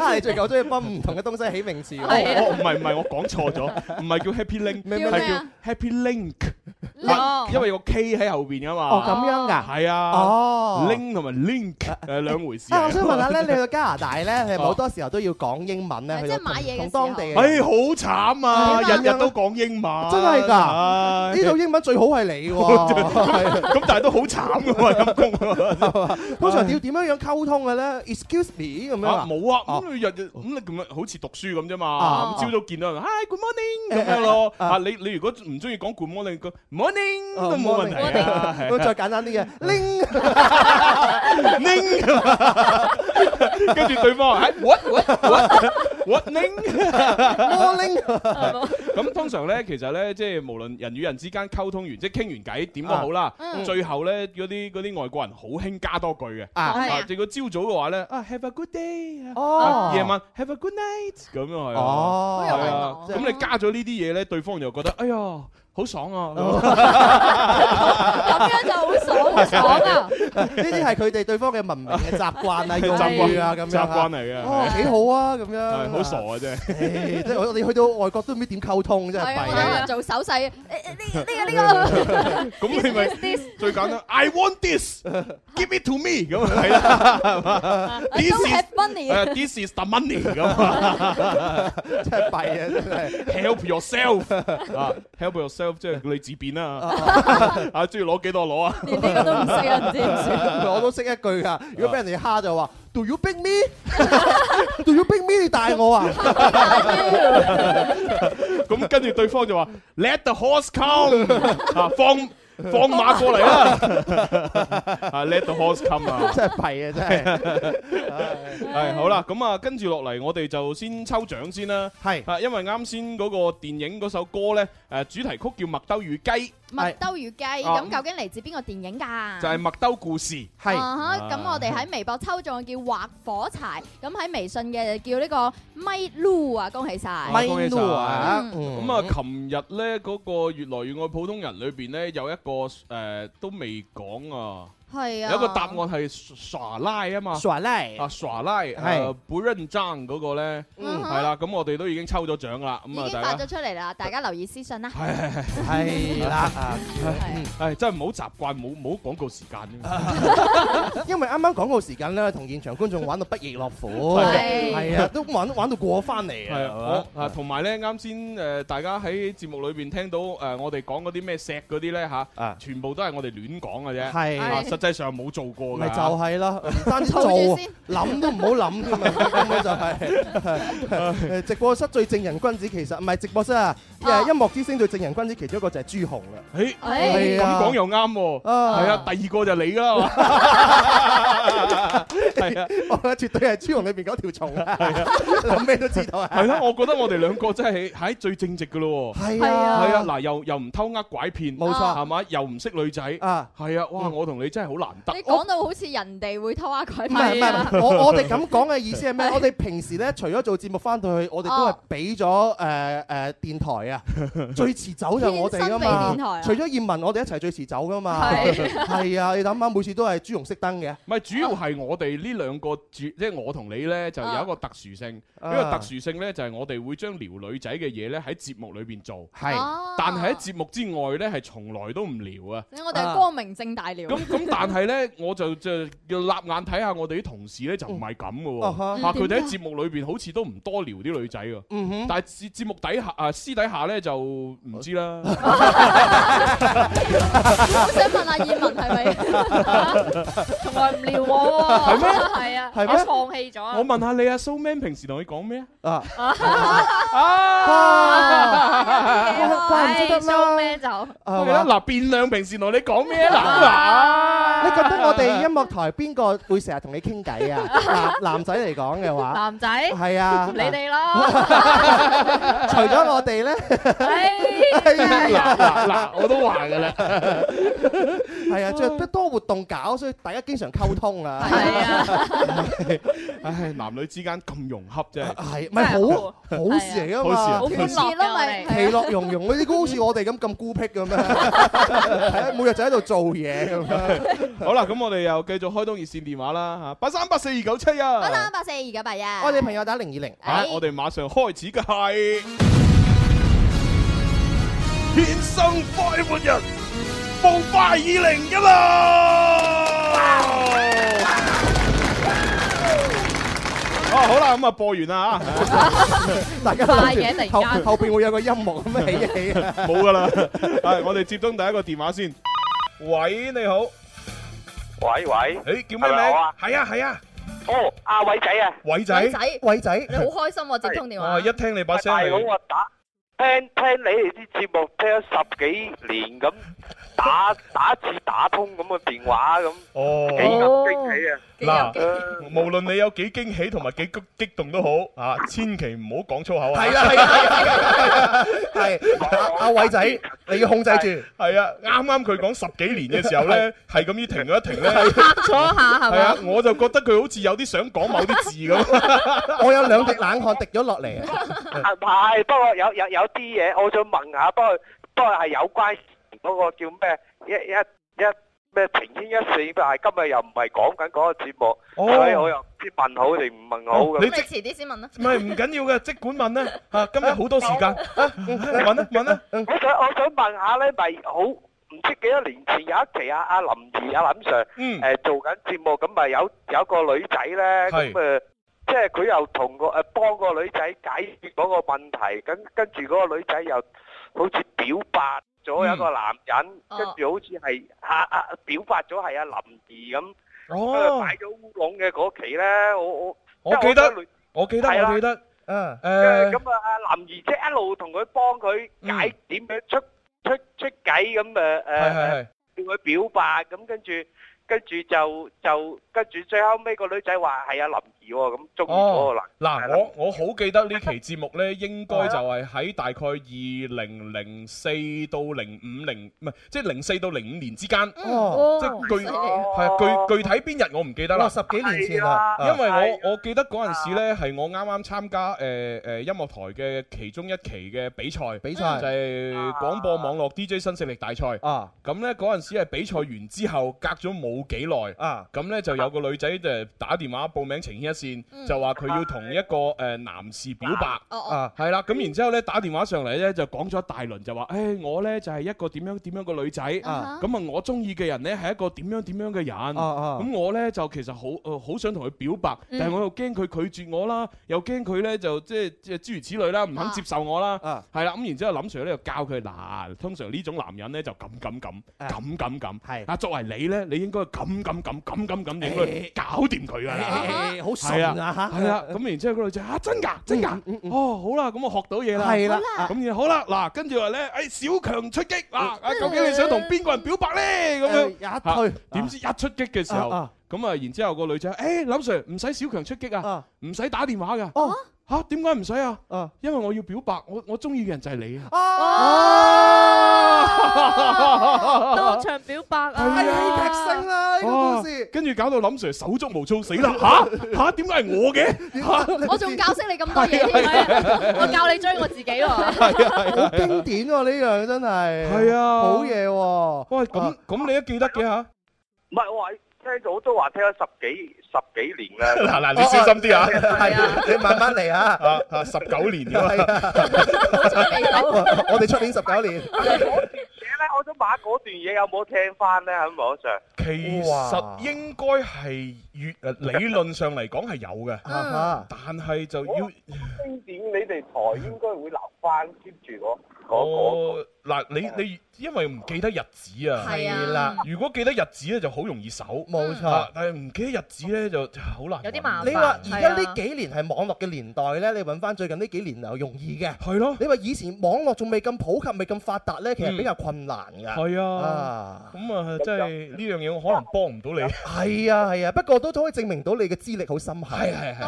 啊，你最近好中意幫唔同嘅東西起名字
我
喎。
哦我唔係唔啊係，我講錯咗，唔係叫 Happy Link，
咩
係
啊
叫 Happy Link。嗱因為個 K 喺後邊啊嘛。
哦咁樣㗎
係啊。
哦
，Link 同埋 Link 誒兩回事嚟。
啊，我想問下咧，你去到加拿大咧，係咪好多時候都要講英文咧？去到
係即係買嘢嘅
同同
時候
當地嘅
哎，好慘啊！
點啊
日日都講英文，
真係
唉
㗎，呢度英文最好係你喎。
咁但係都好慘啊噶喎，陰公啊！
通常要點樣樣溝通嘅咧？Excuse me 咁樣
啊
啊？
冇啊，咁你日日咁你咁樣好似讀書咁啫嘛，
啊
咁朝早見到人，Hi Good morning 咁樣咯。啊，你你如果唔中意講 Good morning，個 Morning
啊
都冇問題啊。係
咁再簡單啲嘅，拎
拎， 跟住對方係 what what what what 拎，
我拎。
咁通常咧，其實咧，即係無論人與人之間溝通完，即係傾完偈點都好啦
啊，嗯
最後咧嗰啲嗰啲外國人好興加多句嘅。
啊
即係如果朝早嘅話咧，啊 Have a good day 啊。
哦
夜晚 Have a good night 咁樣係啊。
哦
係啊。
好有禮
咁你加咗呢啲嘢咧，對方就覺得哎呀好爽啊。
咁
樣就好爽
好爽啊！
呢啲係佢哋對方嘅文明嘅習慣 啊、用語啊咁樣啊
習慣嚟嘅
哦，幾好啊咁樣。
係好傻啊真
唉
係。
即係我哋去到外國都唔知點溝通，真係
係啊，
弊
我
啊。
哋做手勢，誒誒呢呢 個呢個。
咁你咪最簡單，I want this，give it to me 咁啊 係啊啦，係嘛
Uh,
I Uh, don't have money
誒 uh, this is the money 咁啊，
真係弊啊！真係
help yourself 啊，help yourself 即係你自便啦，啊中意攞幾多 攞啊，
連哦
呢
呢個都唔識啊唔知
點算
我都識一句㗎，如果
啊
俾人哋蝦就話，Do you big me？Do you big me？你大我啊！
咁跟住對方就話 Let the horse come 啊放。放馬過嚟 啦！啊，let the horse come 啊！
真係弊啊！ 真係。
系好啦，咁啊，跟住落嚟，我哋就先抽獎先啦。
系
啊，因為啱先嗰個電影嗰首歌呢，诶，主題曲叫《麥兜與雞》，
麥兜與雞，
啊
咁究竟嚟自邊個電影㗎？
就係麥兜故事。系
啊哈咁我哋喺微博抽中嘅叫劃火柴，咁喺微信嘅叫呢個咪嚕啊，恭喜晒！嗯
咁啊，琴日呢嗰個越來越愛普通人裏边呢，有一個诶都未講啊。
係啊，
有一個答案 係耍賴啊嘛，
耍賴
啊耍賴，
係
誒不認爭嗰個咧，
嗯
係啦，咁我哋都已經抽咗獎啦，咁啊
已經
大
發
家
咗出嚟啦，大家留意私信啦。
係啦啊，
係真係唔好習慣冇冇廣告時間
因為啱啱廣告時間咧，同現場觀眾玩到不亦樂乎，
係
係啊，都玩玩到過翻嚟
係
啊
啊，我啊，同埋咧，啱先誒，大家喺節目裏邊聽到誒，我哋講嗰啲咩石嗰啲咧嚇，全部都係我哋亂講嘅啫，
係
啊實際 上冇做過嘅，
咪就係啦，唔單止
儲
做
住先，
諗都唔好諗添啊！根本就係誒 直播室最正人君子，其實唔係直播室啊，誒音樂之星最正人君子，其中一個就係朱紅啦。
誒，
係
咁
啊
講又啱喎，
啊
係啊，第二個就你啦，係嘛 係啊，
我覺得 絕對係朱紅裏邊嗰條蟲啊！
係啊
諗咩都知道啊！
係啦，我覺得我哋兩個真係喺最正直嘅咯喎，
係啊
係啊，嗱，又又唔偷呃拐騙，
冇錯
係嘛，又唔識女仔，
啊
係啊，哇，我同你真係真係好難得。
你講到好似人哋會偷呃佢
唔係唔係唔係，我我哋咁講嘅意思係咩？我哋平時咧，除咗做節目翻到去，我哋都係
哦
俾咗誒誒電 台啊，最遲走就我哋噶
天生俾電台
嘛
啊。
除咗葉文，我哋一齊最遲走噶嘛。
係
係啊，你諗下，每次都係朱紅熄燈嘅。
唔係主要係我哋呢兩個主，即係我同你呢，就有一個特殊性。呢
啊
個特殊性呢，就係我哋會將撩女仔嘅嘢呢喺節目裏邊做，
係
哦
但係喺節目之外呢，係從來都唔撩啊。
我哋係光明正大聊。
咁咁，但係咧，我就就要立眼睇下我哋啲同事咧，就唔係咁嘅
啊
喎。
哈
嚇佢
嗯
哋喺
點解
節目裏邊好似都唔多聊啲女仔㗎。
嗯哼
但係節節目底下啊，私底下咧就唔 知啦。
我想問下葉文係 咪？
從來唔撩我喎。
係咩
係啊，
係
我
咩
放棄咗啊
我。問下你啊，蘇 Man 平時同你講咩
啊？
Ờ.
啊！
怪唔之
唉
得啦
，show 咩就
係咪啦？嗱，變量平時同你講咩
Ờ.
啊？
你覺得我哋音樂台邊個會成日同你傾 偈啊？男男仔嚟講嘅話，
男仔
係啊
你哋
Ờ.
咯，
除咗我哋咧，
嗱嗱嗱嗱，我都話㗎啦。
係啊，最多活動搞，所以大家經常溝通啊。
唉，男女之間咁融洽啫，
係咪好
啊
好事嚟噶嘛？
好事啊
好事啦咪
其樂融融，你估好似我哋咁咁孤僻 咁樣，係啊每日就喺度做嘢咁樣。
好啦，咁我哋又繼續開通熱線電話啦嚇，八三八四二九七啊，
八三八四二九八一。
我哋朋友打零二零，
啊！我哋馬上開始嘅係天生快活人，暴快二零一啦！哦，好啦，咁啊播完啦
大家
快嘅突
諗
然
住後
間
後邊會有個音樂咁樣起一 起啊！
嚇，冇噶啦，係我哋接通第一個電話先。喂，你好。
喂
喂，誒叫咩名？
係咪我啊
係啊係啊。
哦，阿偉仔啊，
偉
偉
仔。
仔，
偉仔，
你好開心喎！接通電
哇！
話
一。聽你把聲
大
係
佬我打聽聽你哋啲節目聽咗十幾年咁， 打打一次打通咁嘅電話咁，
哦，
幾咁激氣啊！
嗱，無論你有幾驚喜同埋幾激激動都好，啊，千祈唔好講粗口啊！係
啊係啊係啊係啊！阿 偉仔，你要控制住。
係啊，啱啱佢講十幾年嘅時候咧，係咁依停咗一停咧，
係
嚇咗一下係
係啊
嘛？，
我就覺得佢好似有啲想講某啲字 咁。
我有兩滴冷汗滴咗落嚟啊！
啊唔係，不過有有有啲嘢我想問下，不過不過係有關嗰個叫咩一一一咩晴天一線，但係今日又唔係講緊嗰個節目，
哦
所以我又唔知問好定唔問好
哦
咁。
你
咁你遲啲先問啦。
唔係唔緊要嘅，即管問啦嚇，今日好多時間啊，問啦問啦。
我想我想問下咧，咪好唔知幾多年前有一期阿啊阿林怡阿林 Sir
嗯
誒做緊節目，咁咪有有個女仔咧，咁
係
誒即係佢又同個誒呃幫個女仔解決嗰個問題，咁跟住嗰個女仔又好似表白咗一個男人，
哦
跟住好似係啊啊表白咗係阿林怡咁，
哦
咁啊擺咗烏龍嘅嗰期咧，我我
我記得，我記得，
係啦
我記得。
嗯。
Ờ.
誒，
咁啊，阿林怡姐一路同佢幫佢解點樣出出出計咁誒誒，
係
呃叫佢表白咁，跟住跟住就就跟住最後尾個女仔話係阿林怡喎，咁中意嗰個
哦
男，
嗱，我我好記得呢期節目呢，應該就係喺大概二零零四到零五零，唔係即係零四到零五年之間，即
哦
係具
犀利啊
係啊具具體邊日我唔記得啦。
哇十幾年前啦
因為
係啊
我我記得嗰陣時呢，係我啱啱參加誒誒音樂台嘅其中一期嘅比賽，比
賽
就係
嗯
廣播網絡 DJ 新勢力大賽
啊。
咁呢嗰陣時係比賽完之後，隔咗冇幾耐
啊，
咁呢就有個女仔誒打電話報名情牽一線。
嗯
就話佢要同一個誒男士表白，
哦哦
係啦，咁然之後咧打電話上嚟咧就講咗一大輪，就話誒我咧就係一個點樣點樣個女仔，咁
啊
啊我中意嘅人咧係一個點樣點樣嘅人，
啊
咁我咧就其實好誒好想同佢表白，
嗯
但係我又驚佢拒絕我啦，又驚佢咧就即係即係諸如此類啦，唔
啊
肯接受我啦，係啦，咁然之後林 Sir 咧就教佢嗱，通常呢種男人咧就咁咁咁咁咁咁，啊作為你咧你應該咁咁咁咁咁咁你應該搞掂佢㗎啦
誒，好
係
順啊嚇嗯
係啊，咁然之後嗰女仔啊真㗎真㗎，哦好啦，咁我學到嘢啦，
係啦啊
咁然後好啦，嗱跟住話咧，誒小強出擊啊，啊究竟你想同邊個人表白咧？咁樣
誒一推
啊點知一出擊嘅時候
啊啊，
哎咁啊然之後個女仔，誒林 Sir 唔使小強出擊啊，唔使打電話㗎。吓點解唔使啊？啊，因為我要表白，我我中意嘅人就係你啊！
Ờ.
當場表白啊！
係啊劇星
哎
啦呢個故事。
跟住搞到林 Sir 手足無措死啦！吓吓，點解係我嘅？
我仲教識你咁多嘢添，
係啊係啊
我教你追我自己喎。
好經典喎呢樣真係，
係啊
好嘢喎！
喂，咁咁你都記得嘅吓？
唔係我話聽到都話聽咗十幾十幾 年啦。
嗱嗱，你小心啲啊！
係啊你慢慢嚟啊！
啊啊，十九年㗎啦。
我哋出年十九年，
咧，我想把嗰段嘢有冇聽翻咧喺網上？
其實應該係越誒理論上嚟講係有嘅，
啊
但係就要
經典，你哋台應該會留翻 keep 住我。
我嗱你你因為唔記得日子啊，
係啊係啦
如果記得日子咧就好容易搜，
冇錯
啊但係唔記得日子咧就好難揾。
有啲麻
你話而家呢幾年係網絡嘅年代咧，你揾翻最近呢幾年就容易嘅。
係咯。嗯
你話以前網絡仲未咁普及，未咁發達咧，其實比較困難㗎。
係啊，咁啊，真係呢樣嘢我可能幫唔到你。
係啊係啊，不過都都可以證明到你嘅資歷好深厚。係
係係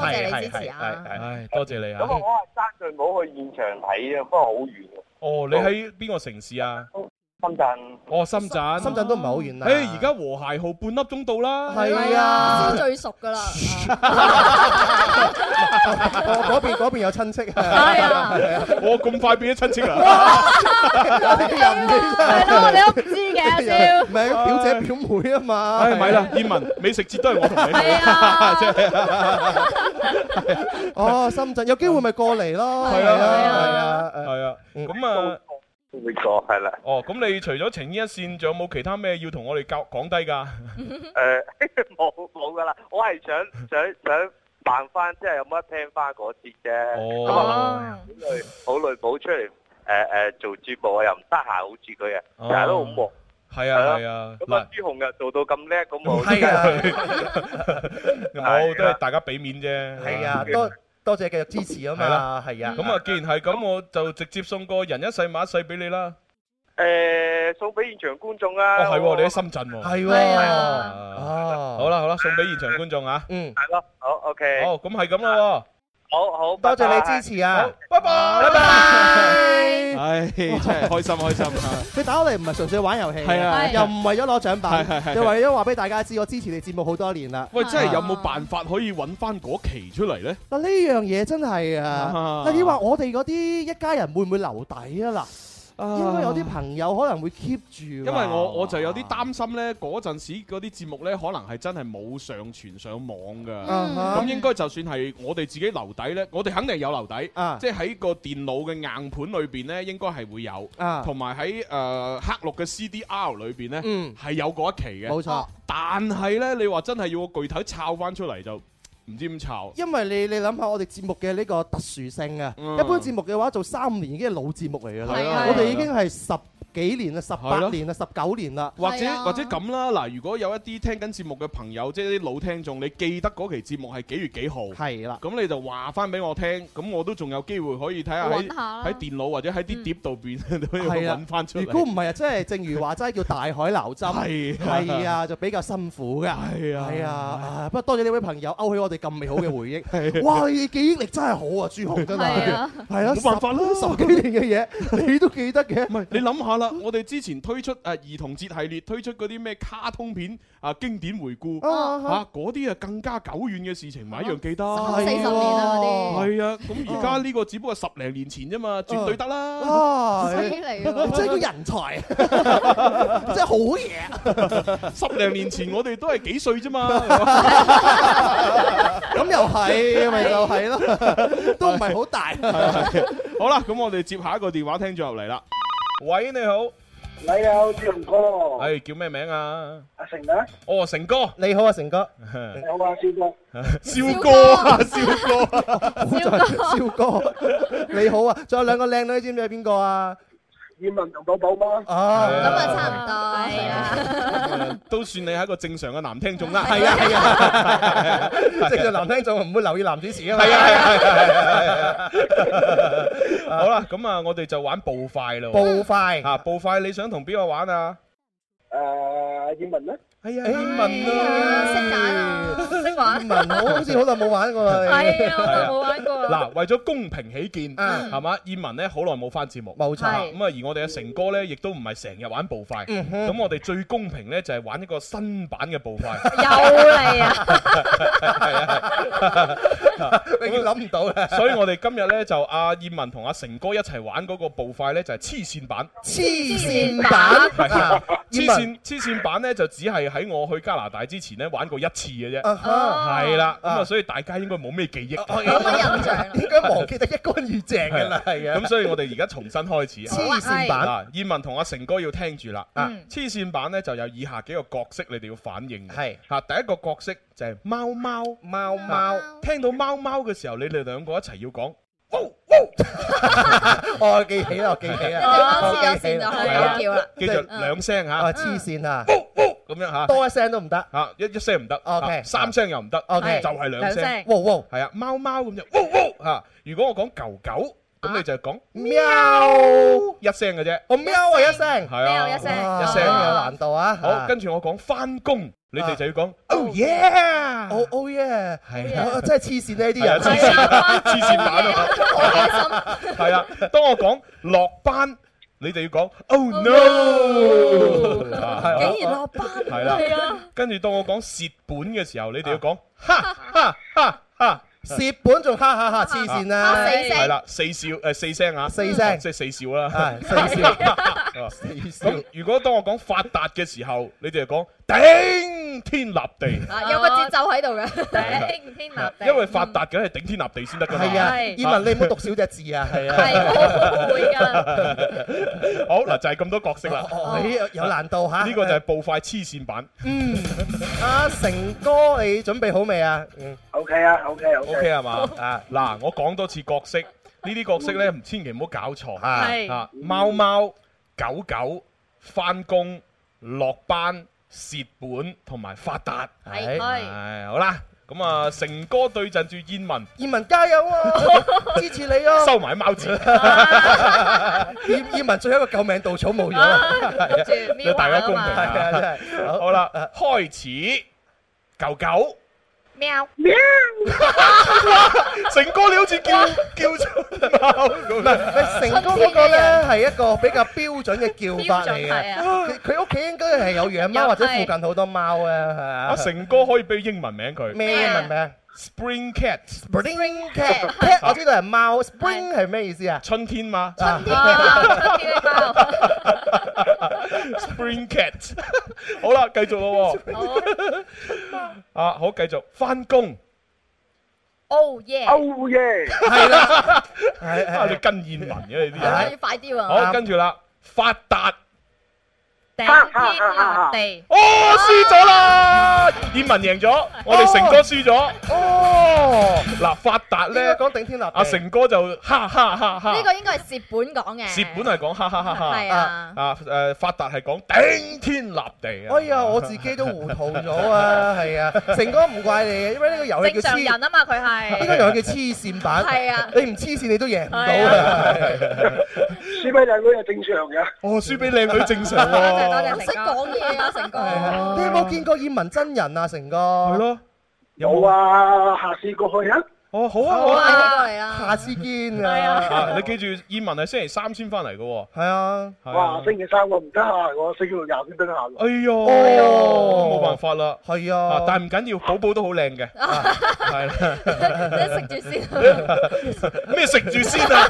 係
係係多謝你
咁我
啊！
我係爭在冇去現場睇啊，不過好遠啊。
哦，你喺邊個城市啊？
深 圳。
哦，深圳。
深圳都唔係好遠啦
誒，而家和諧號半粒鐘到啦。
係啊
最熟噶啦。
啊我嗰邊嗰邊有親戚啊。
我咁快變咗親戚啊啦！
係
咯，你都唔知嘅阿蕭
唔係表姐表妹啊嘛。
唉，咪啦，燕文，美食節都係我同你去。 真係
哦，深圳有機會咪過嚟咯。
係啊
係啊，
係啊，咁啊。
呢個係啦。
哦，咁你除咗情依一線，仲有冇其他咩要同我哋教講低㗎？
誒冇冇噶啦，我係 想想想扮翻，即係有冇得聽翻嗰節啫。
哦
咁啊，好耐好耐冇出嚟誒誒做節目啊，又唔得閒好似佢啊，
哦
成日都好忙。
係啊係啊，
咁啊，朱紅又做到咁叻，咁我
係 啊
冇都係大家俾面啫。
係啊，多多謝繼續支
嗯
持啊
係啦
嘛，係啊。
咁啊，既然係咁，我就直接送個人一世馬一世俾你啦。
誒送俾現場觀眾
哦，
啊。
係喎，你喺深圳喎。
係喎
係啊
哦，
好啦好啦，送俾現場觀眾啊。
嗯。
係咯，好 OK。
好，咁係咁啦
好好，
多謝你支持啊！
拜拜
拜拜。
喎。唉，真係開心開心啊！
佢打我嚟唔係純粹玩遊戲，
係啊係
又唔為咗攞獎
係係係
品，又為咗話俾大家知，我支持你節目好多年啦。啊
喂，真係有冇辦法可以揾翻嗰期出嚟咧？
嗱呢樣嘢真係啊
啊！
嗱，你話我哋嗰啲一家人會唔會留底啊？嗱，應該有啲朋友可能會 keep 住。因
因為我我就有啲擔心呢，嗰陣時嗰啲節目呢，可能係真係冇上傳上網噶。
嗯
咁應該就算係我哋自己留底呢，我哋肯定有留底
啊，
即係喺個電腦嘅硬盤裏邊呢，應該係會有
啊，
同埋喺誒呃黑錄嘅 CDR 裏邊呢，
嗯
係有嗰一期嘅。
冇錯。
但係呢，你話真係要我具體抄翻出嚟就唔知點抄。
因為你你諗下我哋節目嘅呢個特殊性啊，
嗯
一般節目嘅話做三五年已經係老節目嚟㗎啦
係啊，
我
係
哋
啊
已經係十幾年啦、十
係
八
咯
年啦、十九年啦，
或者或者咁啦，嗱，如果有一啲聽緊節目嘅朋友，即係啲老聽眾，你記得嗰期節目係幾月幾號？
係啦，
咁你就話翻俾我聽，咁我都仲有機會可以睇下
我
喺
揾下啦嗯
喺電腦或者喺啲碟度邊 都要
係啊
揾翻出嚟。
如果唔係啊，真係正如話齋叫大海撈針，
係啊
係啊，就比較辛苦㗎。
係啊
係啊啊，不過多謝呢位朋友勾起我哋咁美好嘅回憶。
係啊
哇，你記憶力真係好啊，朱紅真係
係啊
係啊，
冇辦法啦
十十幾年嘅嘢 你都記得嘅。
唔係你諗下啦，我哋之前推出誒兒童節系列，推出嗰啲咩卡通片啊經典回顧
啊啊
啊嗰啲啊更加久遠嘅事情，咪一樣記得。
三四十年啊嗰啲
係啊，咁而家呢個只不過十零年前啫嘛，絕對得啦。
哇！
犀
啊哎你
利
你真係個人才，真係好嘢。
十零年前我哋都係幾歲啫嘛，
咁又係，咪就係 咯，都唔係好大。
好啦，咁我哋接下一個電話聽眾入嚟啦。喂，你好，
你好，志龍哥，
係叫咩名啊？
哦阿成啊，
哦，成哥，
你好啊，成哥，
你好 啊，肖哥，
蕭哥啊，蕭哥，啊
蕭哥，你好啊！仲有兩個靚女，知唔知係邊個啊？
燕文同寶寶嗎？
啊，
咁啊
差唔多係啊。
都算你係一個正常嘅男聽眾啦。
係啊係啊， 正常男聽眾唔會留意男主持啊嘛。係
啊係啊係啊！好啦，咁啊，我哋就玩步快咯。
步快
啊，步快，你想同邊個玩啊？
誒，燕文咧，
哎呀，葉問啊，識揀啊，
識玩
葉問，我好似好耐冇玩過啦。你
係啊，我
係
都
啊
冇玩過。
嗱，為咗公平起見，
嗯
係嘛？燕文咧好耐冇翻節目，
冇錯
咁啊，而我哋嘅成哥咧，亦都唔係成日玩步快，
嗯哼
咁我哋最公平咧就係玩一個新版嘅步快。 啊
又嚟啊！
永遠諗唔到
啊
嘅。
所以我哋今日咧就阿燕文同阿成哥一齊玩嗰個步快咧就係黐線版。
黐 線版
係
啊
黐
葉問
線黐線版咧就只係喺我去加拿大之前咧玩過一次嘅啫，
啊哈
係啦，咁
啊
啊所以大家應該冇咩記憶，
哦 應該忘記得一乾二淨嘅啦，係啊。
咁所以我哋而家重新開始。
黐線版
嗱，燕文同阿成哥要聽住啦。啊
嗯
黐線版咧就有以下幾個角色，你哋要反應。
係
嚇，第一個角色就係貓貓。啊
貓貓，
聽到貓貓嘅時候，你哋兩個一齊要講。
我記起啦，我記起啦，
哦
我記起
黐咗線就係
係啊
咁叫啦記住兩聲嚇
啊黐線啊！
咁樣嚇，
多一聲都唔得，
嚇一一聲唔得
OK
嚇三聲又唔得
OK
就係兩
兩聲
聲。
哇哇，
係啊，貓貓咁就哇哇嚇。如果我講狗狗，咁你就講
喵
一聲嘅啫。
我喵啊一聲，
係啊，
一聲，
一
Dạ,
聲
有難度啊！
好，跟住我講翻工，你哋就要講。
Oh yeah！Oh oh yeah！
係啊
我哦真係黐線呢啲
係啊
人，
黐線黐線版啊！係啊，當我講落班，你就要講 Oh no！啊
竟然落班，
係啦
係啊，
跟住當我講蝕本嘅時候，你哋要
啊
講
蝕本仲哈哈哈黐線啦，
啊係啦，四笑誒四聲啊，
四聲
即係四笑啦，
係四笑
啊
笑
咁如果當我講發達嘅時候，你哋就講頂天立地。
啊有個節奏喺度 嘅，頂天立地，
因為發達梗係頂天立地先得㗎嘛。
係啊，
係
葉文你唔好讀少隻字 啊，係啊，
係我會㗎。
好嗱，就係咁多角色啦。
哦咦有有難 度嚇
呢個就係步快黐線版。
嗯，阿成哥你準備好未啊？嗯
OK 啊，OK
O K 係嘛？啊嗱，我講多次角色，呢啲角色咧，千祈唔好搞錯
係
啊！貓貓、狗狗、翻工、落班、蝕本同埋發達，
係係
係好啦。咁啊，成哥對陣住燕文，
葉文加 油啊！支持你啊！
收埋 貓子，
葉葉文最後一個救命稻草冇咗 啦，
Dạ.
係啊
對大家公平
係啊，
dạ,
真係。
好好啦， 開始，狗狗。
喵
喵！成哥你好似叫叫出貓咁樣，
成功嗰個咧係一個比較標準嘅叫法
標
嚟
準係
嘅，
啊
佢佢屋企應該係有養貓
有
或者附
係
近好多貓啊，係啊
阿成哥可以俾英文名佢
咩英文名
？Spring Cat。
？Spring cat cat 我知道係貓，Spring 係咩意思啊？
春天嘛，
春
天啊春天啊
Spring Cat，好啦，繼續咯喎，啊好，繼續翻工，
Oh yeah！
耶，係啦，啊你跟燕文嘅你啲
要
人，
快啲喎！
好跟住啦，發達，
頂天立地，
哦輸咗啦，燕文贏咗，我哋成哥輸咗，
哦，
嗱發達
應該
咧，
講頂天立地。
阿成哥就哈哈哈哈
呢。個應該係蝕本講嘅。
蝕本係講哈哈哈哈，
哦係啊
啊誒發達係講頂天立地啊！
哎呀，我自己都糊塗咗啊，係啊，成哥唔怪你嘅，因為呢個遊戲
正
叫
常
黐，
人啊嘛，佢係
呢個遊戲叫黐線版，
係啊
你唔黐線你都贏唔到
係
啊
啊，
輸俾靚女係正常啊嘅。
哦，輸俾靚女正常 喎。
唔識講嘢啊， 成哥。
你有冇見過葉文真人啊，成哥？係
咯，
有
冇啊？下次過去啊。
哦，好
啊
好啊，嚟啊！
下次見
啊！
啊，
你記住，燕文係星期三先翻嚟嘅喎。
係啊，
係
哇！
啊
星期三我唔得閒，我星期六日先得閒。
哎呦，
哦
冇辦法啦。
係
啊
啊，
但係唔緊要，寶寶都好 靚嘅。啊係啦，
你食住先，
咩食住先 啊？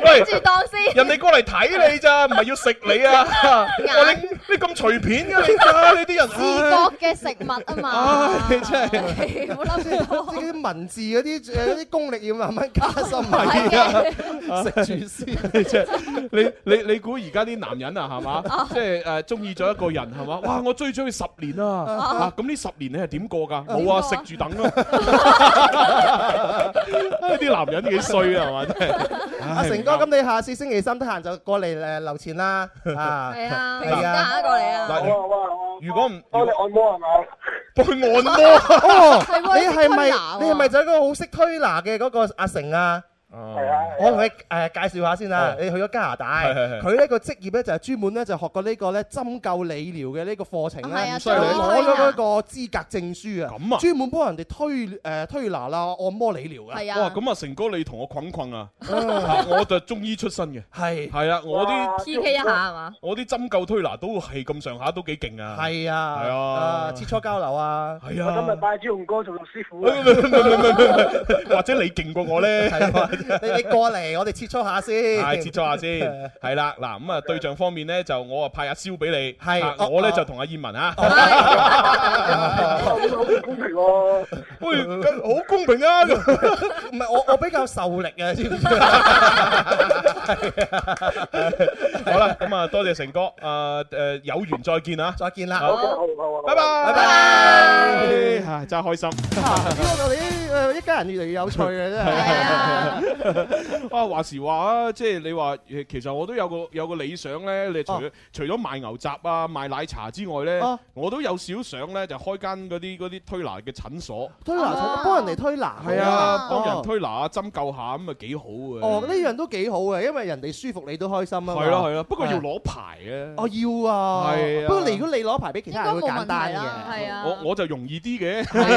你住檔先。
人哋過嚟睇你咋，唔係要食你啊！ 哇，你你咁隨便嘅你 啊，你啲人
視覺嘅食物啊嘛，
唉，真係。
你冇諗到。
即係啲文字嗰啲誒嗰啲功力要慢慢加深
係啊
食住先。
即係你你你估而家啲男人啊，係嘛？即係誒中意咗一個人 係嘛？哇！我追咗佢十年啦，啊咁呢十年你係點過㗎？冇啊，食住等 咯。呢啲男人幾衰啊，係嘛？真係
阿成哥，咁你下次星期三得閒就過嚟誒留錢啦，啊，
係啊，
係啊，
打過嚟啊！
嗱，
哇哇！我
如果唔
幫你按摩係嘛？
幫佢按摩，
哦，
係喎
你係咪
識推拿喎
你係咪就係嗰個好識推拿嘅嗰個阿成啊？
哦
我同你誒介紹下先啦
哦，
你去咗加拿大，
係係係
佢呢個職業咧就係專門咧就學過呢個咧針灸理療嘅呢個課程
係啊
咧，
咁犀利
攞咗嗰個資格證書啊，
咁啊
專門幫人哋推誒推拿啦、按摩理療啊，
哇，咁啊，成哥你同我捆捆啊！
啊
我就中醫出身嘅，
係
係啊，我
哇
啲
PK 一下係嘛？
我啲針灸推拿都係咁上下，都幾勁啊！
係啊，
係啊，
切磋交流啊，
係
我今日
啊，
拜朱紅哥做師傅啊。
或者你勁過我咧？
啊你你過嚟，我哋切磋下先，
係切磋下先， 係啦，嗱咁啊，對象方面咧就我啊派阿蕭俾你，
係
啊
哦
我咧
哦
就同阿燕文啊。
好公平喎！
喂，好公平啊！
唔係我我比較受力啊，知唔知啊？
好啦，咁啊，多謝成哥，啊誒有緣再見啊！
再見啦
好好好，
拜拜
拜拜。
嚇真係開心。
我哋啲誒一家人越嚟越有趣嘅真係。
啊，話時話啊，即係你話誒其實我都有個有個理想咧，你除咗除咗賣牛雜啊、賣奶茶之外咧
啊，
我都有少想咧，就開間嗰啲嗰啲推拿嘅診所。
推拿就幫人哋推拿，
係啊，幫人推拿啊、針灸下咁啊，幾好嘅。
哦，呢樣都幾好嘅，因為人哋舒服，你都開心啊嘛。
係咯係咯，不過要攞牌
我
嘅。
要啊，
係啊
不過你如果你攞牌比其他人會簡單
應該冇問題
嘅
啦，係啊
我我就容易啲嘅。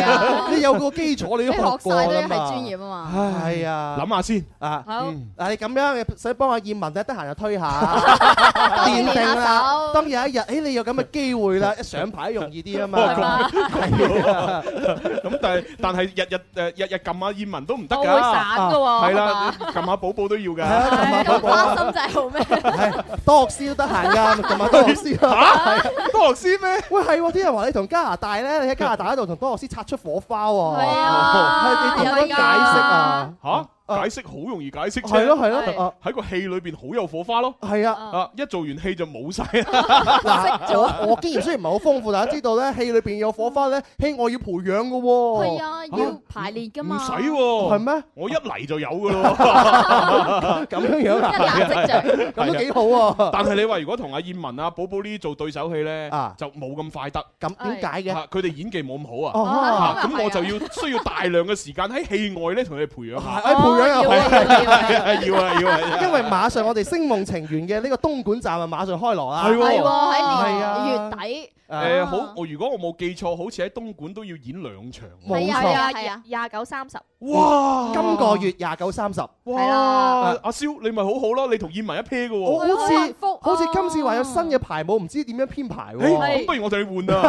你有個基礎，你都學過
你學晒
啦
都係
嘛。
專業啊嘛
唉係啊，
諗下先
啊。
好
嗯嗱，你咁樣，你使幫阿燕文咧，得閒就推 下，
練
練定
下
啦
手。
當有一日，誒你有咁嘅機會啦，一上牌容易 啲啊嘛。
咁但係但係日日誒日日撳下燕文都唔得㗎，
我會散㗎喎
係
係
啦
嘛，
撳下寶寶 都要㗎，
花心仔好咩？
多學師都得閒㗎， 同埋多學師啊
嚇，多學師咩？
喂，係喎，啲人話你同加拿大咧，你喺加拿大嗰度同多學師擦出火花喎。
係
係你點樣哦啊解釋
啊
啊？
嚇！解釋好容易解釋啫，
係咯係咯係啊
喺個戲裏邊好有火花咯，
係啊
啊一做完戲就冇晒啊
啊
嗱，我我經驗雖然唔係好豐富，但係知道咧戲裏邊有火花咧，戲我要培養嘅喎。
係啊，要排列噶
唔
嘛。
使喎，
係咩？
我一嚟就有㗎咯，
咁樣樣啊一
眼即
著咁都幾好喎
但係你話如果同阿燕文啊、寶寶呢啲做對手戲咧，就冇咁快得。
啊咁點解嘅
啊佢哋演技冇咁好
哦
啊，啊咁我就要需要大量嘅時間喺戲外咧同佢哋培養下。
誒哦培養又
係 哦 要啊要啊，
因為馬上我哋星夢情緣嘅呢個東莞站啊，馬上開鑼啦。
係喎
係喎，
係啊
喺年月底。
誒好，我如果我冇記錯，好似喺東莞都要演兩場。
冇錯
啊，廿廿九三十。
哇！
今個月廿九三十，
係啦
哇！阿蕭你咪好好咯，你同燕文一 pair 嘅
我
喎。
好似好似今次話有新嘅排舞，唔知點樣編排
誒
喎
咁。不如我哋去換啊！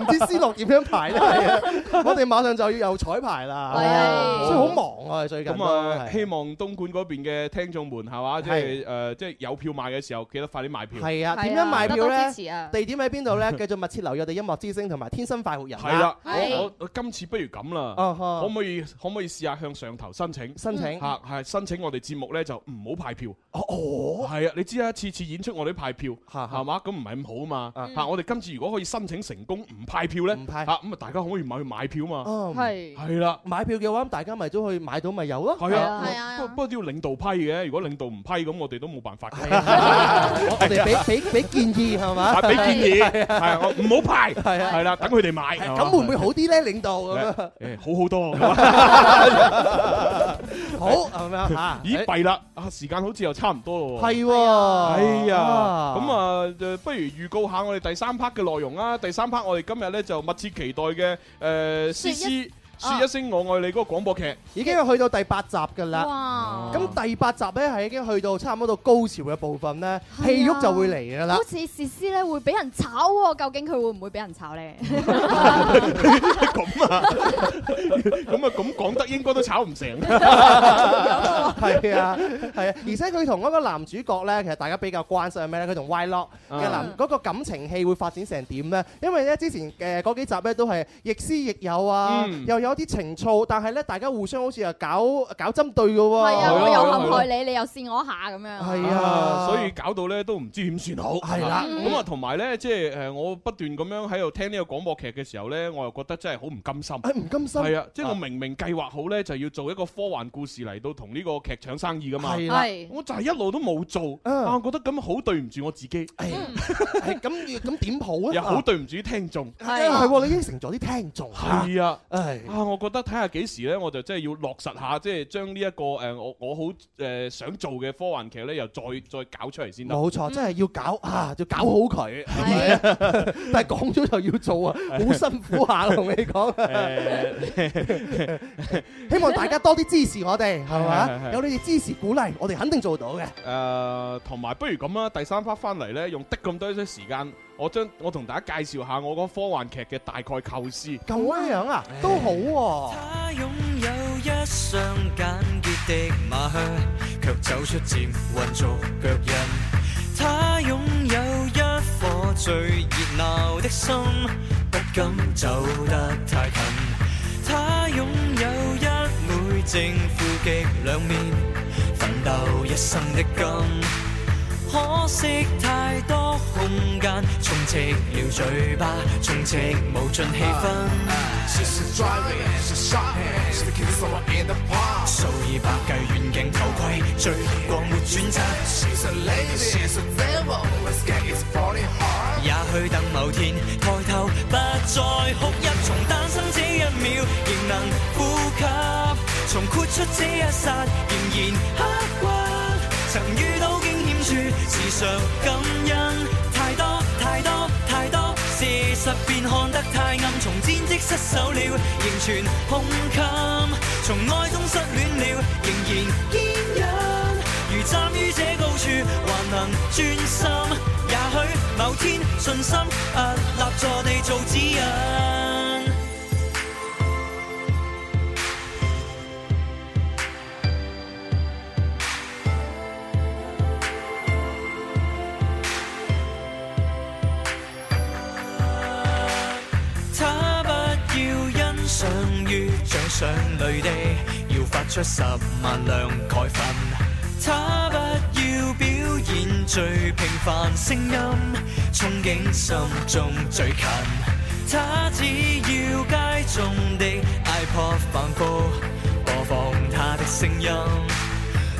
唔知思樂點樣排咧？ 係啊我哋馬上就要有彩排 啦，
係啊
所以好忙啊，最近
咁
都
啊，
係
希望東莞嗰邊嘅聽眾們係嘛，即係誒，即係有票賣嘅時候，記得快啲買票。
係啊，點樣買票
多多
咧
支持啊？
地點喺邊度 咧？繼續密切留意我哋音樂之星同埋天生快活人啊
係啦，
係
我我我今次不如咁啦，
啊哈
可唔可以可唔可以試下向上頭申請？
申請
嚇係申請我哋節目咧就唔好派票。
哦，
係啊，你知啦，次次演出我哋都派票，係嘛？咁唔係咁好啊嘛。
嗯
嚇，我哋今次如果可以申請成功唔派票咧，嚇咁啊，大家可以買去買票嘛。
嗯
係
係啦，
買票嘅話，咁大家咪都去買到咪有咯。
係啊
係，
不不過都要領導批嘅，如果領導唔批，咁我哋都冇辦法嘅。
我我哋 俾俾俾建議係嘛？
啊，俾建議，
係
係
啊
我唔好派，
係啊
係啦，等佢哋買。
咁會唔會好啲咧？領 導咁樣
誒好好多咁啊
好咁樣嚇
咦弊啦，啊時間好似又差唔多咯喎。
係喎。
哎呀，
啊
咁啊，誒不如預告下我哋第三 part 嘅內容啦。第三 part 我哋今日咧就密切期待嘅
說
誒詩
一
詩說一聲我愛你嗰個廣播劇。
已經係去到第八集㗎啦
哇，
咁第八集咧係已經去到差唔多到高潮嘅部分咧，戲肉就會嚟㗎啦
啊好。似薛斯咧會俾人炒喎，究竟佢會唔會俾人炒咧？啊
咁啊， 咁啊，咁講得應該都炒 唔成。
係啊，係啊，而且佢同嗰個男主角咧，其實大家比較關心係咩咧？佢同 Y Lock 嘅男
嗯
嗰個感情戲會發展成點咧？因為咧之前嘅嗰幾集咧都係亦師亦友啊，
嗯
又有啲情操，但係咧大家互相好似又搞搞針對嘅喎。
係啊，我又陷害
你。
你，你又扇我一下咁樣。
係啊
所以搞到咧都唔知點算好。
係啦
嗯
咁啊同埋咧，即係誒，我不斷咁樣喺度聽呢個廣播劇嘅時候咧，我又覺得真係好唔甘心。
哎唔甘心。
係啊，即係我明明計劃好咧，就要做一個科幻故事嚟到同呢個劇搶生意噶嘛。
係啦係
我就係一路都冇做，啊，我覺得咁好對唔住我自己，
係哎咁咁點好啊？啊
又好對唔住啲聽眾。
係喎，你應承咗啲聽眾。
係啊，
唉，
啊啊，我覺得睇下幾時咧，我就真係要落實下，即係將呢一個誒、呃我我好誒、呃想做嘅科幻劇咧，又再再搞出嚟先得。
冇錯，真係要搞啊，要搞好 佢，係咪啊？但係講咗就要做啊，好辛苦下，我同你講。希望大家多啲支持我哋，係
係係
嘛？
係
有你哋支持鼓勵，我哋肯定做到嘅。
誒，同埋不如咁啦，第三 part 翻嚟咧，用的咁多啲時間，我將我同大家介紹下我嗰科幻劇嘅大概構思。
咁樣啊，都好喎。
他擁有一雙簡潔的馬靴，卻走出漸混做腳印。他擁有一顆最熱鬧的心，不敢走得太近。他擁有一枚正負極兩面，奮鬥一生的金。可惜太多空間，充斥了嘴巴，充斥無盡氣氛。
Uh, She's a driving, she's a shopping, she's the king someone in the park.
數以百計遠景頭盔，最光沒轉側。
She's a lady, she's a devil. Let's get it party hard.
也許等某天抬頭不再哭泣，從誕生這一秒仍能呼吸，從豁出這一剎仍然刻骨。曾遇到驚險處，時常感恩，太多太多太多事實便看得太暗，從戰績失手了，仍存胸襟，從愛中失戀了，仍然堅忍。如站於這高處，還能專心。也許某天信心屹立坐地做指引。他不要欣賞於獎賞裏的，要發出十萬兩慨憤。他不要表演最平凡聲音，憧憬心中最近。他只要街中的 iPod 反覆播放他的聲音，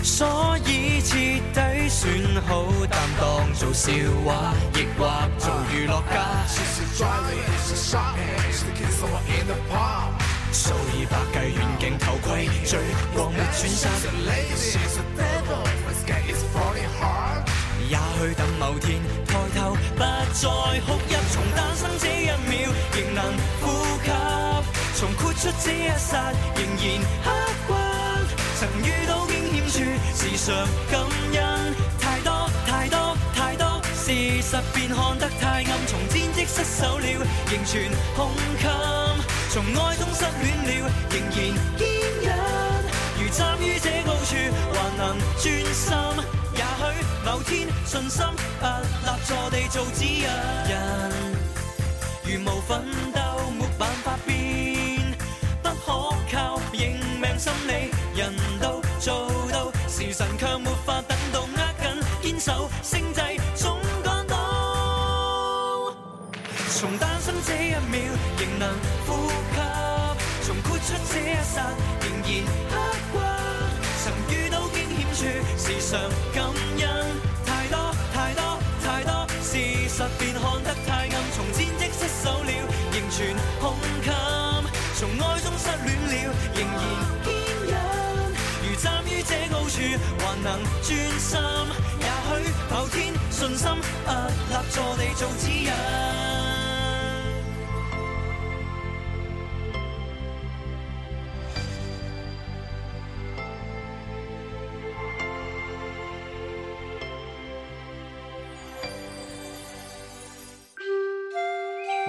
所以徹底選好擔當做笑話，亦或做娛樂家。
She's a driving, she's a shopping, she's the king someone in the park.
數以百計遠景頭盔，最光沒轉身。
She's a lady, she's a devil. Let's get it party hard.
也許等某天抬頭不再哭泣，從誕生這一秒仍能呼吸，從豁出這一剎仍然刻骨。曾遇到驚險處，時常感恩，太多太多太多事實便看得太暗，從戰績失手了，仍存胸襟，從愛中失戀了，仍然堅忍。如站於這高處，還能專心。也許某天信心屹立坐地做指引。人如無奮鬥，沒辦法變，不可靠認命心理。人都做到，時辰卻沒法等到，握緊堅守，星際總趕到。從誕生這一秒，仍能呼吸；從豁出這一剎，仍然刻骨。曾遇到驚險處，時常感恩。太多太多太多事實便看得太暗，從戰績失手了，仍存胸襟；從愛中失戀了，仍然堅忍。如站於這高處，還能專心。也許某天信心屹立坐地做指引。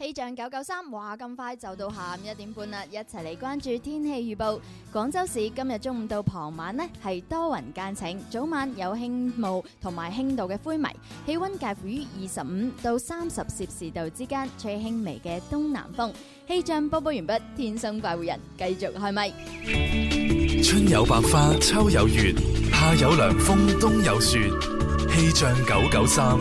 气象九九三话咁快就到下午一点半啦，一齐嚟关注天气预报。广州市今日中午到傍晚呢系多云间晴，早晚有轻雾同埋轻度嘅灰霾，气温介乎于二十五到三十摄氏度之间，吹轻微嘅东南风。气象播报完毕，天生快活人继续开咪。
春有百花，秋有月，夏有凉风，冬有雪。气象九九三，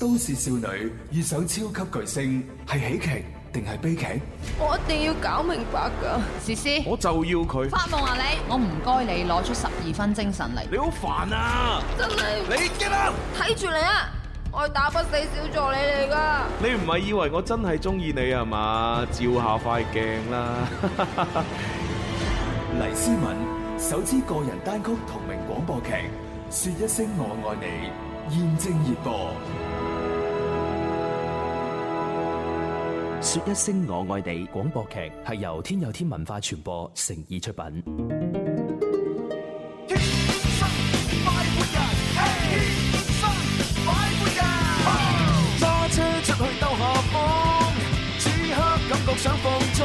都市少女遇上超級巨星係喜劇定係悲劇？
我一定要搞明白噶。
思思，
我就要佢
發夢啊你！我唔該你攞出十二分精神嚟。
你好煩
à.
啊！
真係
你 get up！
睇住你啊！我係打不死小助理嚟噶。
你唔係以為我真係中意你啊嘛？照下塊鏡啦。
黎思敏首支個人單曲同名廣播劇《說一聲我愛你》現正熱播。
說一聲我愛你廣播劇係由天有天文化傳播誠意出品。
揸車出去兜下風，此刻感覺想放縱，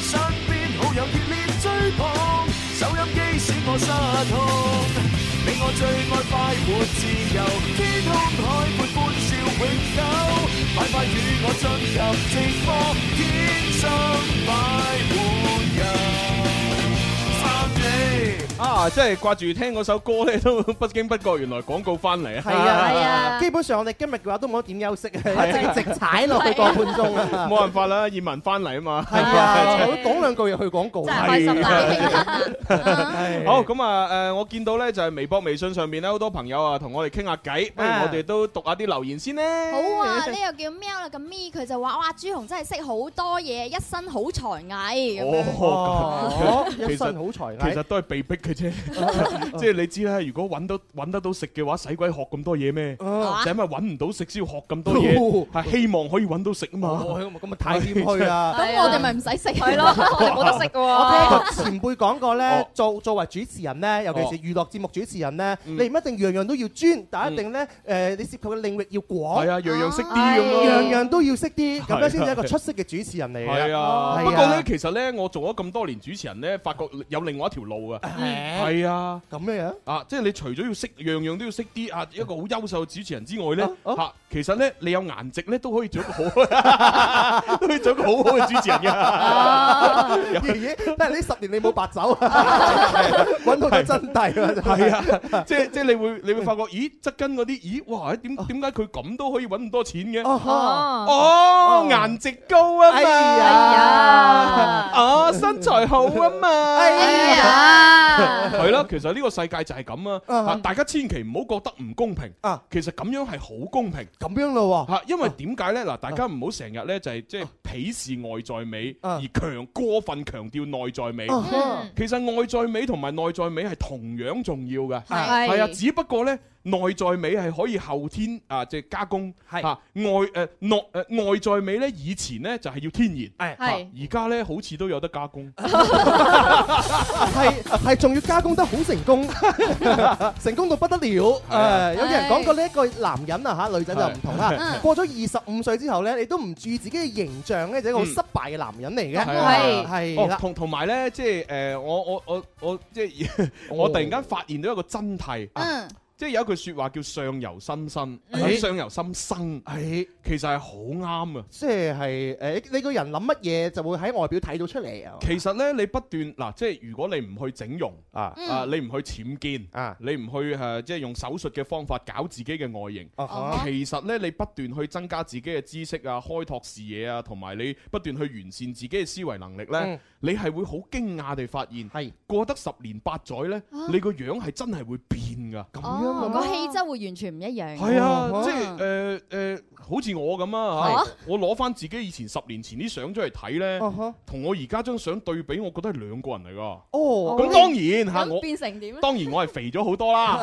身邊好友熱烈追捧，收音機使我失控。你我最愛快活自由，天空海闊歡笑永久，快快與我進入直播，天生快活人。三 G。
啊，即係掛住聽嗰首歌咧，都不經不覺原來廣告翻嚟啊！
係啊， 係啊，基本上我哋今日嘅話都冇得點休息，一直直踩落去個半鐘啊！
冇辦法啦，葉文翻嚟啊嘛。
係啊，講兩句又去廣告，啊
真係開心啦係 好咁啊！誒，我見到咧就係微博、微信上面咧好多朋友啊，同我哋傾下偈，不如我哋都讀下啲留言先咧。
好啊，呢個叫喵啦，咁咪佢就話：哇，朱紅真係識好多嘢，一身好才藝咁樣。
哦，
咁
其實
一身好才藝
其實都係被逼 嘅啫。即係你知啦，如果揾到揾得到食嘅話，使鬼學咁多嘢咩？就
啊哦
係因為揾唔到食先要學咁多嘢，係希望可以揾到食啊嘛。
咁啊太謙虛啦！
咁我哋咪唔使食
係咯
冇得食
我 聽前輩講過
哦
咧，做作為主持人咧，尤其是娛樂節目主持人咧，
嗯
你唔一定樣樣都要專，但一定咧誒，你涉及嘅領域要廣。
係啊樣樣識啲咁咯
樣樣都要識啲，咁
係啊
樣先至係一個出色嘅主持人嚟嘅。
係
哦
啊，不過
過
咧，其實咧，我做咗咁多年主持人咧，發覺有另外一條路 啊。係啊，
咁樣樣
啊，即係你除咗要識樣樣都要識啲啊，一個好優秀嘅主持人之外咧，
啊
嚇，其實咧你有顏值咧都可以做一個好， 都可以做一個好好嘅主持人
啊
嘅。有
爺爺，但係呢十年你冇白 走，啊揾到咗真諦啊！真
係啊，即係即係你會你會發覺，咦，側根嗰啲，咦，哇，點點解佢咁都可以揾咁多錢嘅？
哦哎
哦，顏值高啊嘛，哦，身材好啊嘛，
哎
呀， 係啦，其實呢個世界就係咁啊，
啊
啊大家千祈唔好覺得唔公平
啊，
其實咁樣係好公平。
咁樣咯啊
嚇，因為點解咧？嗱，大家唔好成日咧就係即係鄙視外在美，而強過分強調內在美
啊哈。
其實外在美同埋內在美係同樣重要嘅，
係
係啊，只不過咧。內在美係可以後天啊，即係加工嚇，外誒內誒外在美咧，以前咧就係要天然，
係
嚇
係
而家咧好似都有得加工，
係係，仲要加工得好成功， 成功到不得了。
啊
誒，有啲人講過呢一個男人啊嚇，女仔就唔同啦
係。
過咗二十五歲之後咧，你都唔注意自己嘅形象咧，就係一
嗯
個好失敗嘅男人嚟嘅。係
哦
啦，
同同埋咧，即係誒，我我我我即係
哦
我突然間發現到一個真諦，
嗯
即係有一句説話叫上由心生，
哎
上由心生，其實係好啱啊！
即係誒，你個人諗乜嘢就會喺外表睇到出嚟啊。
其實咧，你不斷嗱，即係如果你唔去整容啊，
嗯
啊，你唔去僭建啊，你唔去誒，即係用手術嘅方法搞自己嘅外形
啊，哈
其實咧，你不斷去增加自己嘅知識啊，開拓視野啊，同埋你不斷去完善自己嘅思維能力咧
嗯，
你係會好驚訝地發現，
係
過得十年八載咧
啊，
你個樣係真係會變噶。
哦，個氣質會完全唔一樣。
係啊，
哦
即
嗯
係誒誒，好似我咁
係
啊
啊，
我攞翻自己以前十年前啲相出嚟睇
Uh-huh
呢，同我而家張相對比，我覺得係兩個人嚟㗎。
哦
咁當然嚇
咁
我。
變成
啊
點咧？
當然我係肥咗好 多啦，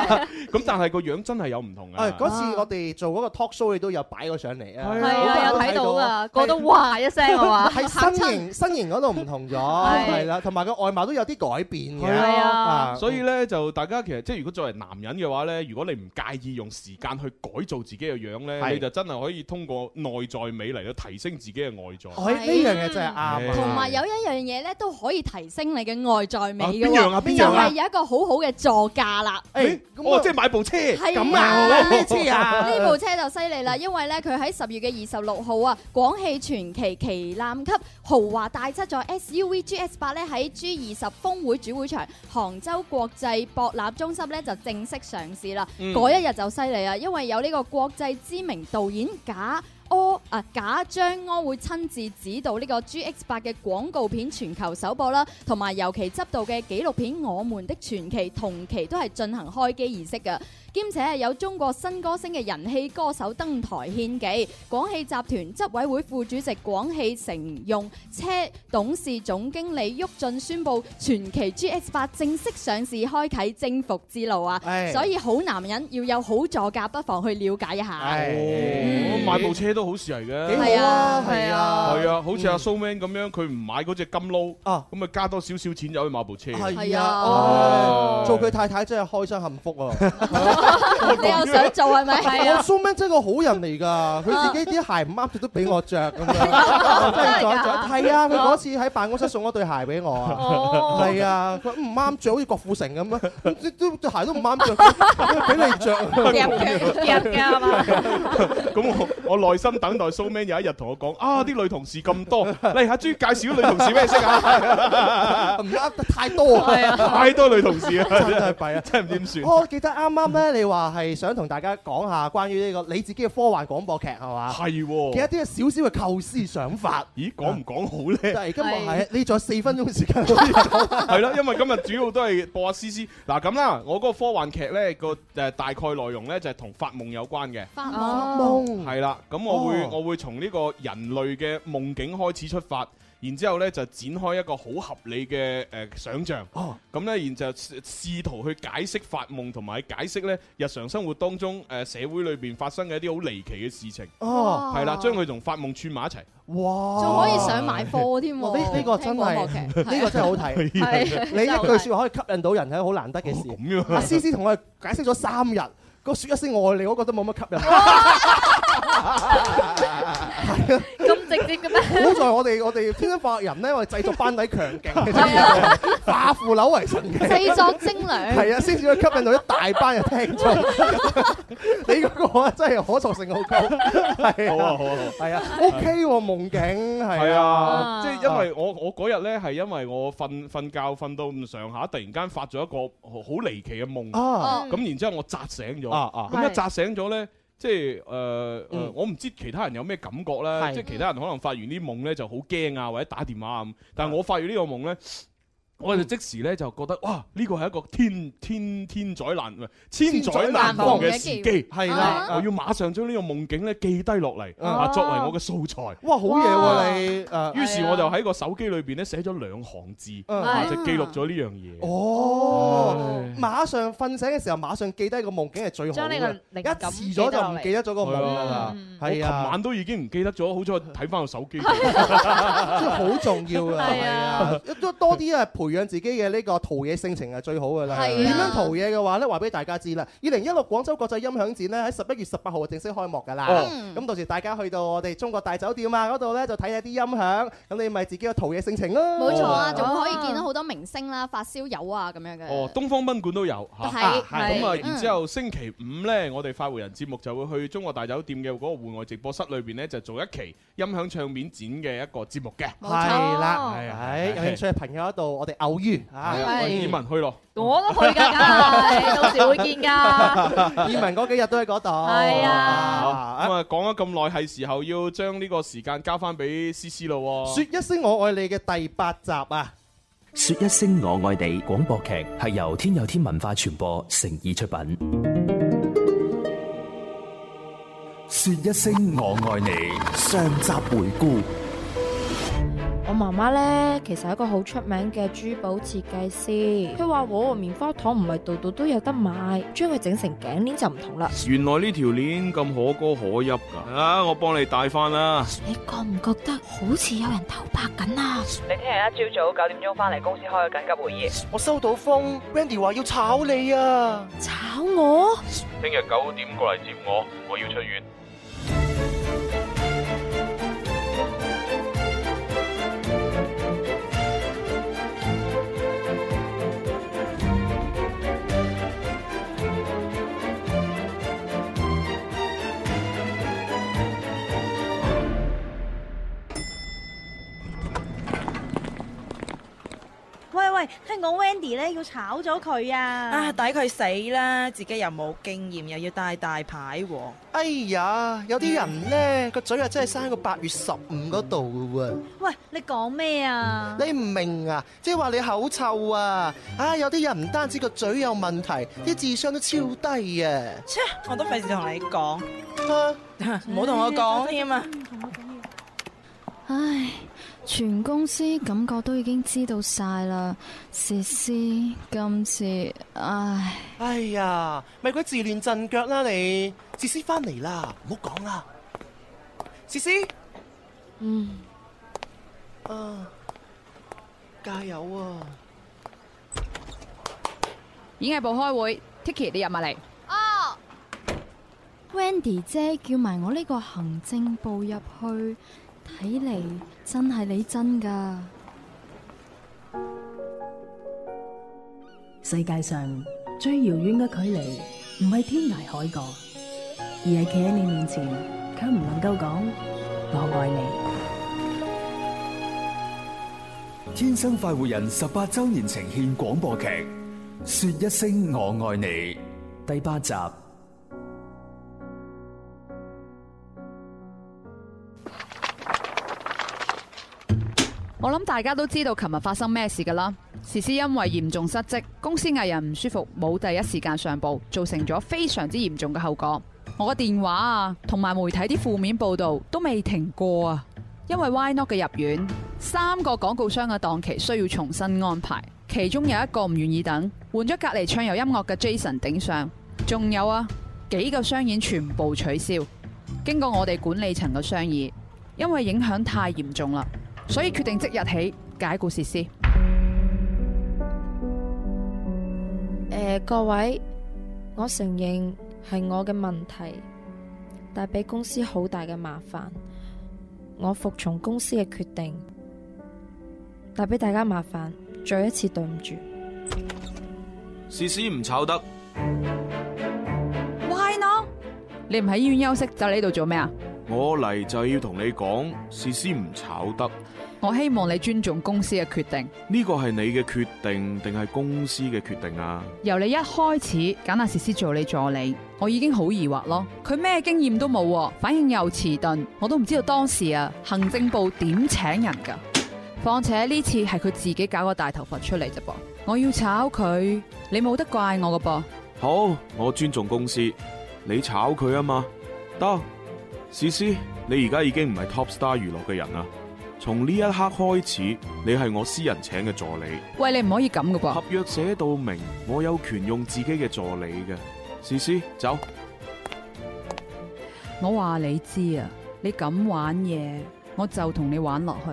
咁但係個樣真係有唔同啊
誒
嘅。
哎嗰次我哋做嗰個 talk show，你都有擺過上嚟啊，
係啊
好多人
有睇到啊個個都
係
哇一聲啊嘛
係
嚇
身 形身形嗰度唔同咗，係啦，同埋個外貌都有啲改變嘅，
啊
啊
所以呢，就大家其實即係如果作為男人嘅話呢，如果你唔介意用時間去改造自己嘅樣呢，
係
你就真係可以通過內在美嚟到提升自己嘅外在。
哎呢樣嘢真係啱啊
同埋有一樣嘢咧，都可以提升你嘅外在美嘅
啊邊樣啊
喎，
邊
就
樣
係
啊
有一個好好嘅座駕啦。
誒，
哦，即係買部車
係
咁啊？
呢部車就犀利啦，因為咧佢喺十月嘅二十六號啊，廣汽傳祺旗艦級豪華大七座 SUV GS 八咧喺 G 二十峰會主會場杭州國際博覽中心咧就正式上市啦。
嗯
嗰一日就犀利啊，因為有呢個國際知名導演賈。柯啊假張柯會親自指導呢個 GX 八嘅廣告片全球首播啦，同埋尤其執導嘅紀錄片《我們的傳奇》同期都係進行開機儀式嘅。兼且係有中國新歌星嘅人氣歌手登台獻技，廣汽集團執委會副主席廣汽乘用車董事總經理郁俊宣布，傳奇 GX 八正式上市，開啟征服之路啊！
係
所以好男人要有好座駕，不妨去了解一下。
嗯
哦買部車都好事嚟嘅，
幾好啊係啊係啊
係啊，好
嗯
似阿 Showman 咁樣，佢唔買嗰只金撈，咁咪加多少少錢就可以買部車。
啊係
哦
啊，做佢太太真係開心幸福啊！
你又想做係啊咪？
我 s u Man 真係個好人嚟㗎，佢自己啲鞋唔啱着都俾我着 咁樣，真係做一做。係啊，佢嗰次喺辦公室送咗對鞋俾我
哦
啊，係啊，佢唔啱着，好似郭富城咁啊，都對鞋都唔啱着， 俾你着。
啊
係嘛？咁我我耐心等待 Showman 有一日同我講啊，啲女同事咁 多，嚟下朱介紹啲女同事咩識啊？
唔啱得太多啊！
太多女同事啊，
真係弊啊，
真係唔知點算。
我記得啱啱咧，你話係想同大家講下關於呢個你自己嘅科幻廣播劇係嘛？
係喎
嘅一啲少少嘅構思想法。
咦，講唔講好咧？
但係今日係你仲有四分鐘時間，
係啦，因為今日主要都係播阿詩詩。嗱咁啦，我嗰個科幻劇咧個誒大概內容咧就係同發夢有關嘅。
發
夢
係啦，咁我會
哦
我會從呢個人類嘅夢境開始出發。然之後咧就展開一個好合理嘅誒、呃想像，
哦
咁咧、然就試試圖去解釋發夢同埋解釋咧日常生活當中誒、呃社會裏邊發生嘅一啲好離奇嘅事情，
哦
係啦，將佢同發夢串埋一齊。
哇！
仲可以上埋課添喎
哇呢呢個
聽
真係
廣播劇
呢個真係好睇。
係
你一句説話可以吸引到人係好難得嘅
哦
事。阿思思同我哋解釋咗三日，個説一聲愛你，我覺得冇乜 吸引。
哦
咁直接嘅咩？
好在我哋我哋天生化學人咧，我哋製作班底 強勁，化腐朽為神嘅
製啊作精良
係啊，先至可以吸引到一大班嘅 聽眾。你嗰個啊真係可塑性好高，係
好啊好啊好
係啊，OK 喎夢境係
係啊，即係因為我我嗰日咧係因為我瞓瞓覺瞓到咁上下，突然間發咗一個好好離奇嘅夢，
啊
咁然之後我扎醒咗，
啊啊
咁
係
一扎醒咗咧。即係誒誒，我唔知其他人有咩感覺啦。
係
即係其他人可能發完啲夢咧就好驚啊，或者打電話啊咁。但係我發完呢個夢咧，我就即時咧就覺得哇，呢個係一個天天天災難唔係千載難逢嘅時機，
係啦
我要馬上將呢個夢境咧記低落嚟
啊
啊，作為我嘅素材。
哇好嘢喎你誒，
於是我就喺個手機裏邊咧寫咗兩行字，
嗯
啊就記錄咗呢樣嘢。
哦，馬上瞓醒嘅時候，馬上記低個夢境係最好
將你
嘅。
個靈感
一遲咗就唔記得咗個夢啊㗎啦
嗯。我琴
係啊，
晚都已經唔記得咗，好彩睇翻個手 機。
真係好重要啊！
係
係啊，多多啲啊，培養自己嘅呢個陶冶性情係最好㗎啦。
係啊
點樣陶冶嘅話咧，話俾大家知啦。二零一六廣州國際音響展咧喺十一月十八號正式開幕㗎啦
哦。
咁到時大家去到我哋中國大酒店啊嗰度咧，就睇下啲音響，咁你咪自己有陶冶性情咯。
冇錯啊，仲可以見到好多明星啦、發燒友啊咁樣嘅。
哦，東方賓館都有嚇，
係
啊
係
咁啊，
嗯
然之後星期五呢，我哋快活人節目就會去中國大酒店嘅嗰個戶外直播室裏邊呢，就做一期音響唱片展嘅一個節目嘅。
係啦，
係啊
係有興趣嘅朋友喺度，我哋偶遇啊嚇。
係以文去咯。
我都去㗎， 梗係到時會見㗎。
以文嗰幾日都喺嗰度。
係啊，
好咁啊，講咗咁耐，係時候要將呢個時間交翻俾思思咯喎。
説一聲我愛你嘅第八集啊！
说一聲我愛你廣播劇係由天有天文化傳播誠意出品。
说一聲我愛你，上集回顧。
我媽媽呢，其實係一個好出名嘅珠寶設計師。佢話我個棉花糖唔係度度都有得買，將佢整成頸鏈就唔同啦。
原來呢條鏈咁可歌可泣㗎，啊！我幫你戴翻啦。
你覺唔覺得好似有人偷拍緊
à.
啊？
你聽日一朝早九點鐘翻嚟公司開個緊急會議。
我收到風，Randy 話要炒你啊！炒我？
聽日九點過嚟接我，我要出院。
喂喂，聽
講 Wendy 咧要炒咗佢啊！
啊，抵佢死啦！自己又冇經驗，又要帶大牌喎、
哎呀，有啲人咧個嘴啊，真係生喺個八月十五嗰度嘅喎。
喂，你講咩啊？
你唔明啊？即係話你口臭啊！啊，有啲人唔單止個嘴有問題，啲智商都超低啊！
切，我都費事同你講，
唔
唔好同我講添啊！
唉，全公司感覺都已經知道晒啦，薛思今次，唉，
哎呀，咪鬼自亂陣腳啦你！思思翻嚟啦，唔好講啦。思思，
嗯，
啊，加油啊！
演藝部開會，Tiki 你入埋嚟。
哦，
Wendy 姐叫埋我呢個行政部入去，睇嚟真係你真㗎。
世界上最遙遠嘅距離，唔係天涯海角，而係企喺你面前，卻唔能夠講我愛你。
天生快活人十八周年呈獻廣播劇《說一聲我愛你》第八集。
我諗大家都知道琴日發生咩事㗎啦。時思因為嚴重失職，公司藝人唔舒服，冇第一時間上報，造成咗非常之嚴重嘅後果。我個電話啊，同埋媒體啲負面報導都未停過啊。因為 Y Not 嘅入院，三個廣告商嘅檔期需要重新安排，其中有一個唔願意等，換咗隔離唱遊音樂嘅 Jason 頂上，仲有啊幾個商演全部取消。經過我哋管理層嘅商議，因為影響太嚴重啦，所以決定即日起解雇設施。
誒，各位，我承認係我嘅問題，帶俾公司好大嘅麻煩。我服從公司嘅決定，帶俾大家麻煩，再一次對唔住。
思思唔炒得，
Why not？你唔喺醫院休息，就喺呢度做咩啊？
我嚟就要同你講，思思唔炒得，
我希望你尊重公司嘅決定，
呢個係你嘅決定定係公司嘅決定啊？
由你一開始揀阿詩詩做你助理，我已經好疑惑咯。佢咩經驗都冇喎，反應又遲鈍，我都唔知道當時啊行政部點請人㗎。況且呢次係佢自己搞個大頭佛出嚟啫噃，我要炒佢，你冇得怪我㗎噃。
好，我尊重公司，你炒佢啊嘛，得。思思，你而家已經唔係 Top Star 娛樂嘅人啦，從呢一刻開始，你係我私人請嘅助理。
喂，你唔可以咁㗎噃。
合約寫到明，我有權用自己嘅助理嘅。思思，走。
我話你知啊，你咁玩嘢，我就同你玩落去。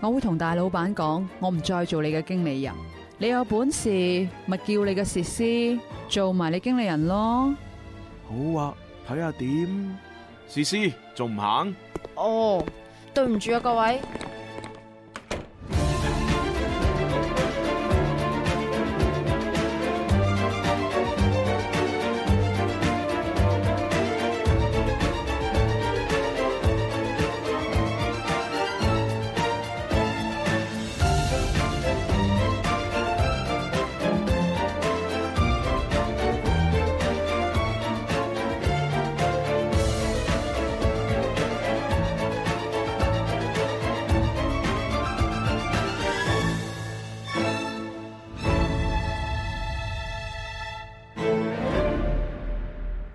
我會同大老闆講，我唔再做你嘅經理人。你有本事咪叫你嘅設施做埋你經理人咯。
好啊，睇下點。思思，仲唔肯？
哦，對唔住啊，各位。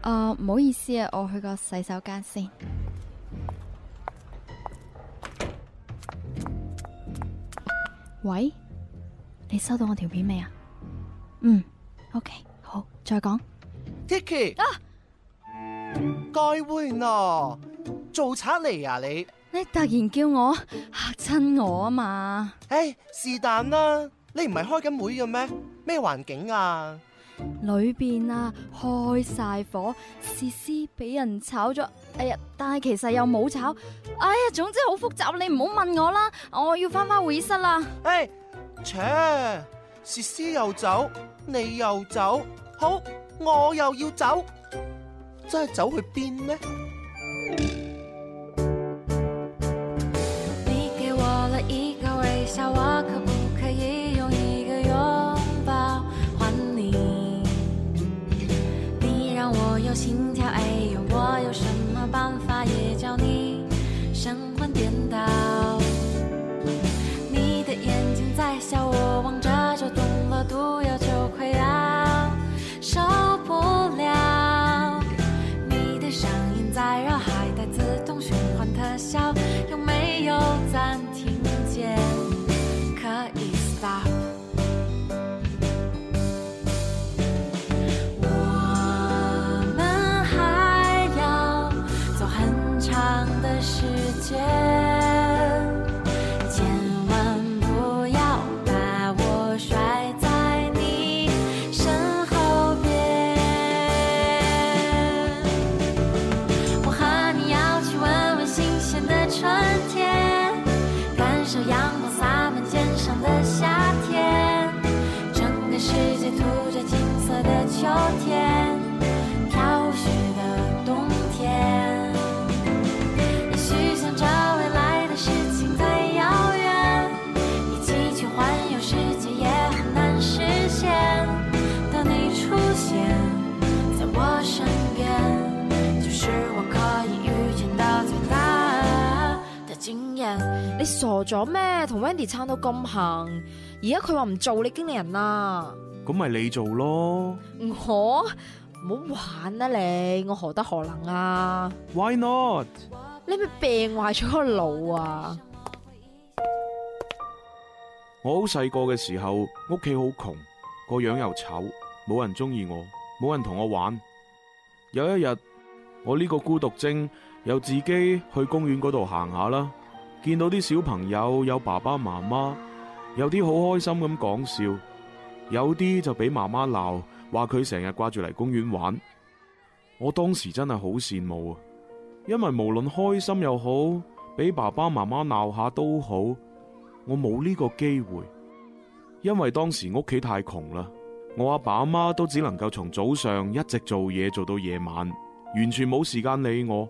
啊，唔好意思啊，我去個洗手間先。喂，你收到我條片未啊？嗯，OK，好，再講。
Tiki 啊，該會咯，做賊嚟啊你！
你突然叫我嚇親我啊嘛！
唉，是但啦，啊你唔係開緊會嘅咩？咩環境啊？
裏邊啊開晒火，思思俾人炒咗，哎呀！但係其實又冇炒，哎呀！總之好複雜，你唔好問我啦，我要翻返會議室啦。
哎，切，薛思又走，你又走，好，我又要走，真係走去邊呢？
你给我了一个微笑，我可不可以用一个拥有心跳，哎呦，我有什么办法也叫你神魂颠倒？你的眼睛在笑，我望着就中了毒药，就快要受不了。你的声音在绕，还带自动循环特效，有没有暂停键？可以 stop。我们还要走很长的时间，千万不要把我甩在你身后边。我和你要去闻闻新鲜的春天，感受阳光洒满肩上的夏天，整个世界涂着金色的秋天，飘雪的冬天。也许想着未来的事情太遥远，一起去环游世界也很难实现。当你出现在我身边。就是我可以遇见到最大的惊艳。
你傻咗咩？同 Wendy 撐到咁行，而家佢話唔做你經理人啦。
咁咪你做咯
我唔好玩啦你，我何德何能啊
？Why not？
你咪病壞咗個腦啊！
我好細個嘅時候，屋企好窮，個樣又醜，冇人中意我，冇人同我玩。有一日，我呢個孤獨精又自己去公園嗰度行下啦，見到啲小朋友有爸爸媽媽，有啲好開心咁講笑，有啲就俾媽媽鬧，話佢成日掛住嚟公園玩。我當時真係好羨慕啊！因為無論開心又好，俾爸爸媽媽鬧下都好，我冇呢個機會，因為當時屋企太窮啦，我阿爸阿媽都只能夠從早上一直做嘢做到夜晚，完全冇時間理我。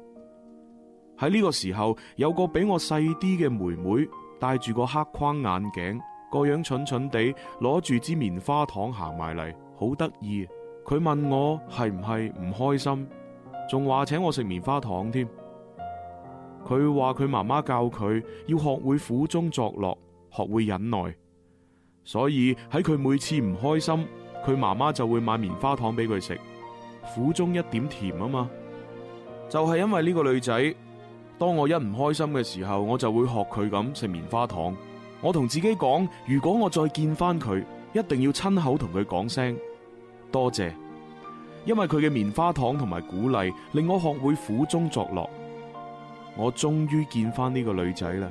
喺呢個時候，有個比我細啲嘅妹妹，戴住個黑框眼鏡，個樣蠢蠢地，攞住支棉花糖行埋嚟，好得意。佢問我係唔係唔開心，仲話請我食棉花糖添。佢話佢媽媽教佢要學會苦中作樂，學會忍耐。所以喺佢每次唔開心，佢媽媽就會買棉花糖俾佢食，苦中一點甜啊嘛。就係因為呢個女仔，當我一唔開心嘅時候，我就會學佢咁食棉花糖。我同自己講，如果我再見翻佢，一定要親口同佢講聲多謝，因為佢嘅棉花糖同埋鼓勵，令我學會苦中作樂。我終於見翻呢個女仔啦。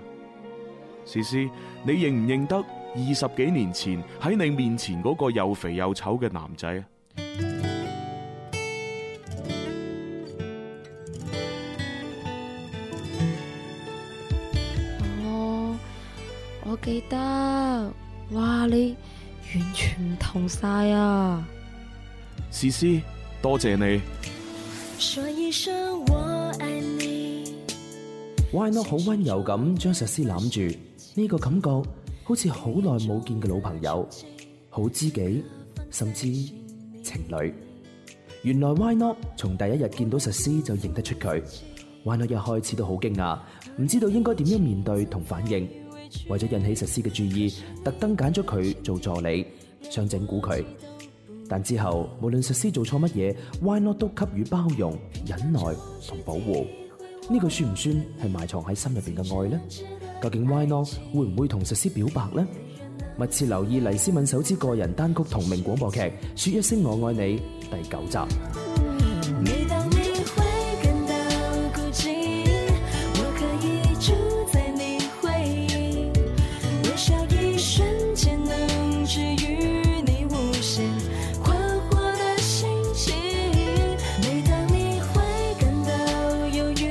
思思，你認唔認得二十幾年前喺你面前嗰個又肥又醜嘅男仔啊？
我我記得，哇！你完全唔同晒啊！
思思，多謝你。
说一声我爱你，
Why Not 好温柔咁將石思攬住，呢、個感覺好似好耐冇見嘅老朋友，好知己，甚至情侶。原來 Why Not 從第一日見到石思就認得出佢，Why Not 一開始都好驚訝，唔知道應該點樣面對同反應。為咗引起石思嘅注意，特登揀咗佢做助理，想整蠱佢。但之後無論實施做錯乜嘢，Why Not 都給予包容、忍耐同保護。呢句算唔算係埋藏喺心入邊嘅愛呢？究竟 Why Not 會唔會同實施表白呢？密切留意黎思敏首支個人單曲同名廣播劇《說一聲我愛你》第九集。
每当你会感到孤寂，我可以住在你回忆，多少一瞬间能治愈你无限困惑的心情。每当你会感到忧郁，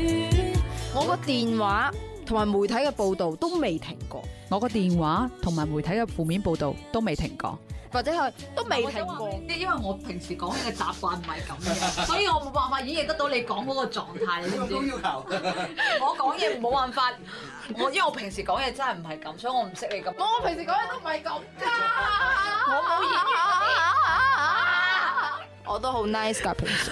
我個電話同埋媒體嘅報導都未停過，
我個電話同埋媒體嘅負面報導都未停過。
或者係都未停過。
因為我平時講嘢嘅習慣唔係咁嘅，所以我冇辦 法演繹得到你講嗰個狀態，你知唔知？我講嘢冇辦法，我因為我平時講嘢真係唔係咁，所以我唔識你咁。我平時講嘢都唔係咁㗎，我冇演繹嗰啲。我
都好 nice 噶，平時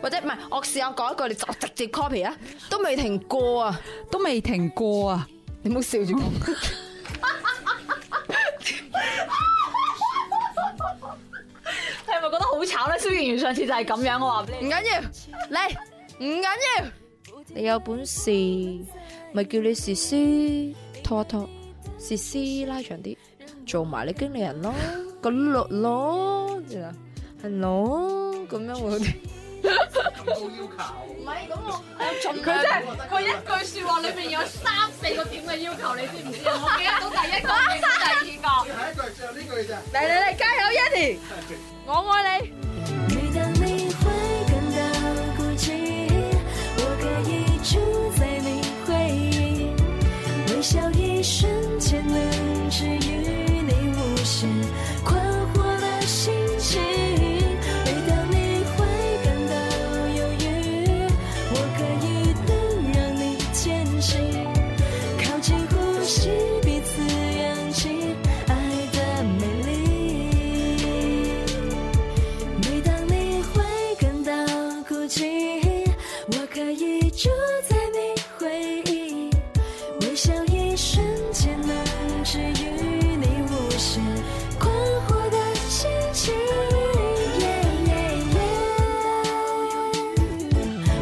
或者唔係，我試下講一句，你就直接 copy 啊，都未停過啊，
都未停過啊，
你唔好笑住我。
你係咪覺得好慘咧？蕭敬元上次就係咁樣，我話俾你。
唔緊要，嚟，唔緊要。
你有本事咪叫你試試拖一拖，試試拉長啲，做埋你經理人咯，個律咯，係咯，咁樣會好啲。
唔係咁我，佢真係佢一句説話裏面有三四個點嘅要求，你知唔知啊？我記得到第一個，記得第二個。
一句最後呢句咋？
嚟嚟嚟，加油，Yanny！我愛你。
每当你会感到孤寂，我可以住在你回忆，微笑一瞬间能治愈你无时困惑的心情。每当你会感到忧郁，我可以能让你前行，靠近呼吸，彼此扬起爱的美丽。每当你会感到孤寂，我可以住在你回忆，微笑一瞬间能治愈你无时困惑的心情。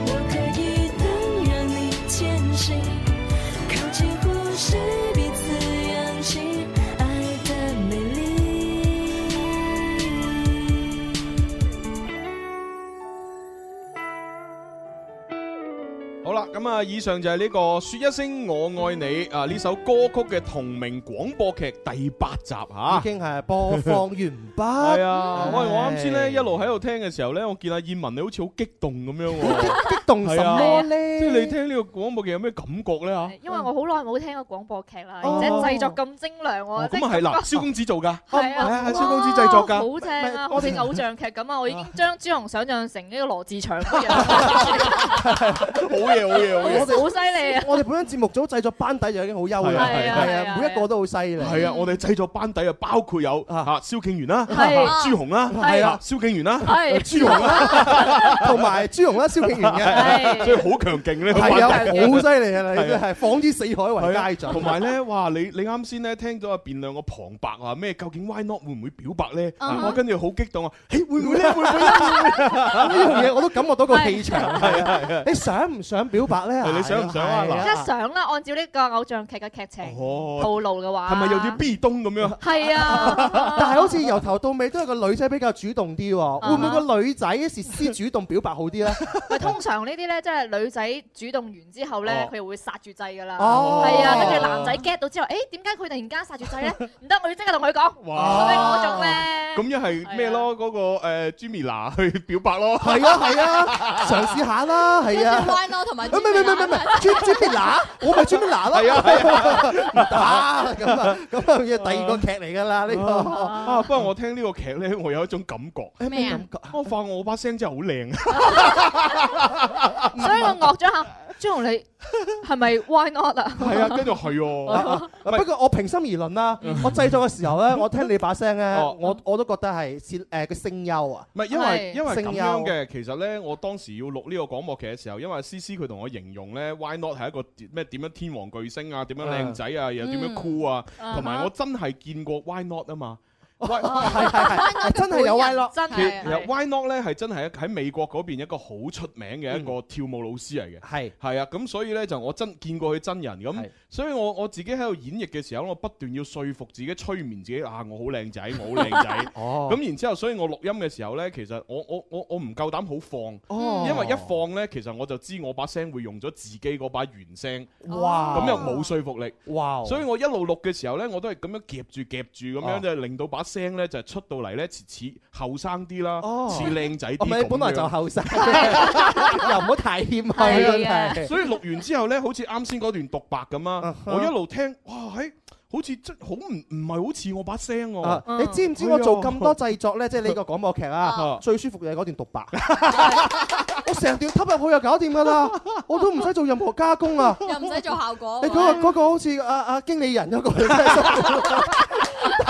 我可以能让你前行，靠近呼吸，彼此扬起爱的美丽。
好啦，咁啊，以上就係呢、個《说一聲我愛你》啊呢首歌曲嘅同名廣播劇第八集吓、
已經係播 放完畢。
係啊，喂，我啱先咧一路喺度聽嘅時候咧，我見阿燕文你好似好激動咁樣 喎，激
動
係啊，
咧？
即係你聽呢個廣播劇有咩感覺咧吓？
因為我好耐冇聽過廣播劇啦，
哦
而且製作咁精良
哦
喎，即
咁啊係啦，蕭公子做㗎，哦
係啊，
係蕭公子製作㗎，
好正啊，好似偶像劇咁啊！我已經將朱紅想象成呢個羅志祥咁樣，
好嘢，好嘢，
好嘢好犀利啊
我哋本身節目組製作班底就已經好優
係啊
嘅，
係啊
係啊，每一個都好犀利。
係啊，我哋製作班底啊，包括有啊蕭敬元啦，
係
啊朱紅啦，
係
啊蕭敬元啦，
係
朱 紅啦，
同埋朱紅啦、蕭敬元嘅，
所以好強勁呢個
係啊，
班底
好犀利啊！你
係啊
真係放之四海為佳
係啊
準。
同埋咧，哇！你你啱先咧聽到阿辯亮個旁白話咩？究竟 Why Not 會唔會表白咧？
啊哈
我跟住好激動啊！誒會唔會
會
咧？
咧
會
會唔
唔會
會
咧
咧？呢
會唔會
樣
咧
嘢我都感覺到個氣場。
係啊係啊
你想唔想表白咧？
係你想唔想啊
係
嗱
即係想啦，按照呢個偶像劇嘅劇情
哦
套路嘅話，
係咪有啲 B 東咁樣？
係啊，
但係好似由頭到尾都係個女仔比較主動啲喎，會唔
啊哈
會個女仔是先主動表白好啲咧？
咪通常呢啲咧，即係女仔主動完之後
哦
咧，佢就會殺住掣㗎啦。
哦
係啊，跟住男仔 get 到之後，誒點解佢突然間殺住掣咧？唔得，我要即刻同佢講。
哇
咁樣嗰種咧，
咁一係咩咯？嗰個誒 Jimmy 娜去表白咯。
係啊係啊，嘗試下啦，係啊。
Why not 同埋
唔係唔係唔係唔係，專專邊拿？我咪專邊拿咯。
係啊係
啊，唔打咁啊，咁啊要第二個劇嚟㗎啦呢個。
啊！不過我聽呢個劇咧，我有一種感覺。
咩感
覺？我發覺我把聲真係好靚。啊
所以我惡咗下，朱紅你係咪 why not 啊？
係啊，跟住 係
哦
喎。
啊不過我平心而論啦，我製作嘅時候 咧，我聽你把聲咧，
哦
我我都覺得係是誒個聲優啊。
唔係因為因為咁
聲
樣
優
嘅，其實咧，我當時要錄呢個廣播劇嘅時候，因為 C C 佢同我形容咧，Why Not 係一個咩點樣天王巨星啊，點樣靚仔啊，又點樣
嗯
cool 啊，
啊哈
同埋我真係見過 Why Not 啊嘛。
真哦係啊有歪咯，
真
其其實 Why Not 咧係真係喺美國嗰邊一個好出名嘅一個跳舞老師嚟嘅，
係
係啊，咁所以咧就我真見過佢真人，咁所以我我自己喺度演繹嘅時候，我不斷要說服自己、催眠自己啊，我好靚仔，我好靚仔，
哦
咁然之後，所以我錄音嘅時候咧，其實我我我我唔夠膽好放，
哦
因為一放咧，其實我就知我把聲會用咗自己嗰把原聲，
哇
咁又冇說服力，
哇
所以我一路錄嘅時候咧，我都係咁樣夾住夾住咁
哦
樣，就令到把聲咧就出到嚟咧似似後生啲啦，
哦
似靚仔
我
啲。
咪本來就後 生，又唔好太謙虛真
係啊
係。
所以錄完之後咧，好似啱先嗰段獨白咁啊，
哈
我一路聽，哇，喺好似真好唔唔係好似我把聲
啊
喎。！
你知唔知
哎
我做咁多製作咧？即係 呢個廣播劇啊，最舒服就係嗰段獨白。 我成段吸入去就搞掂㗎啦，我都唔使做任何加工啊！
又唔使做效果。
你嗰個嗰個好似啊啊經理人嗰個，真係辛苦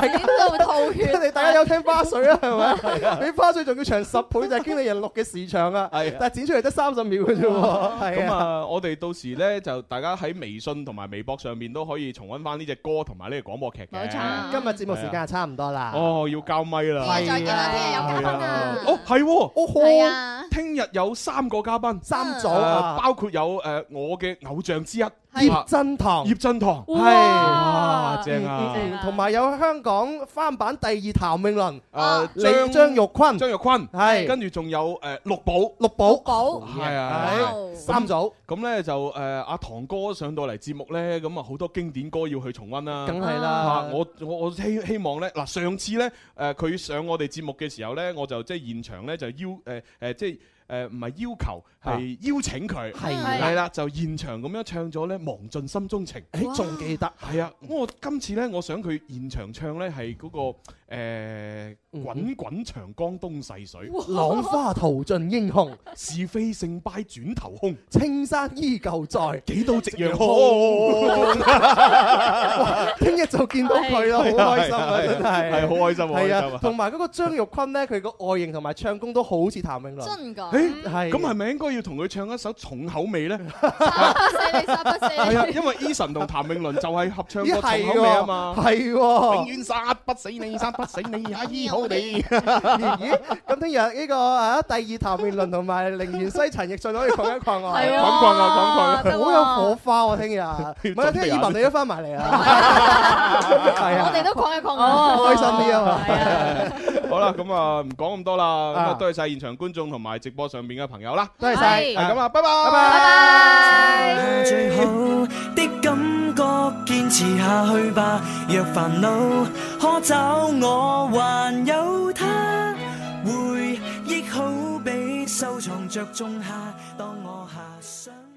你哋大家有聽花絮啊，係咪？比花絮仲要長十倍，就係經理人錄嘅時長啊。
係啊
但係剪出嚟得三十秒嘅啫喎。係
咁
啊，
啊，我哋到時咧就大家喺微信同埋微博上面都可以重温翻呢只歌同埋呢個廣播劇嘅。
冇錯今日節目時間差唔多啦。
啊哦，要交咪啦。
聽日再見啦聽日有
係
嘉賓啊
哦，係喎。
係
啊。聽日有三個嘉賓，
三組啊
誒包括有誒我嘅偶像之一
葉振棠，
葉振棠
係
哇正啊
嗯嗯嗯同埋有香港翻版第二譚詠麟，
誒
李張玉坤，
張玉坤
係
跟住仲有誒六寶，
六寶，
寶
係啊，
係三組。
咁咧就誒阿唐哥上到嚟節目咧，咁啊好多經典歌要去重温啦。
梗係啦
啊我我我希希望咧，嗱上次咧誒佢上我哋節目嘅時候咧，我就即係現場咧就要誒誒即係。誒唔係要求，係邀請佢，
啊係啦
係啦，就現場咁樣唱咗咧《忘盡心中情》，
誒仲記得
係啊！我今次咧，我想佢現場唱咧係嗰個誒
嗯
滾滾長江東逝水，
浪花淘盡英雄，
是非勝敗轉頭空，
青山依舊在，
幾度夕陽
紅
紅。
哇聽日就見到佢啦，好
係
開心啊！
係
真係，
係好開心好開心啊
係同埋嗰個張玉坤咧，佢個外形同埋唱功都好似譚詠麟。真
㗎
誒
係
咁係咪應該要同佢唱一首重口 味咧？係
係
啊，因為 Eason 同譚詠麟就係合唱過
咦係
重
喎
口味啊嘛，
係喎
永遠殺不死你，殺不死你，阿姨好你。
咦？咁聽日呢個啊第二譚詠麟同埋陵園西陳奕迅可以講一講我。
啊
係喎講講啊講講啊
好有火花喎！ 聽日，唔係聽日
準備
葉文你
下
都翻埋嚟啊！係啊，
我哋都講一講啊
開心啲啊嘛！
好啦，咁啊唔講咁多啦，咁
啊
啊多謝晒現場觀眾同埋直播上面嘅朋友啦，
多謝晒
係咁啊，拜拜，
最好的感覺，堅持下去吧。若煩惱可找我，還有他，回憶好比收藏着種下。當我遐想。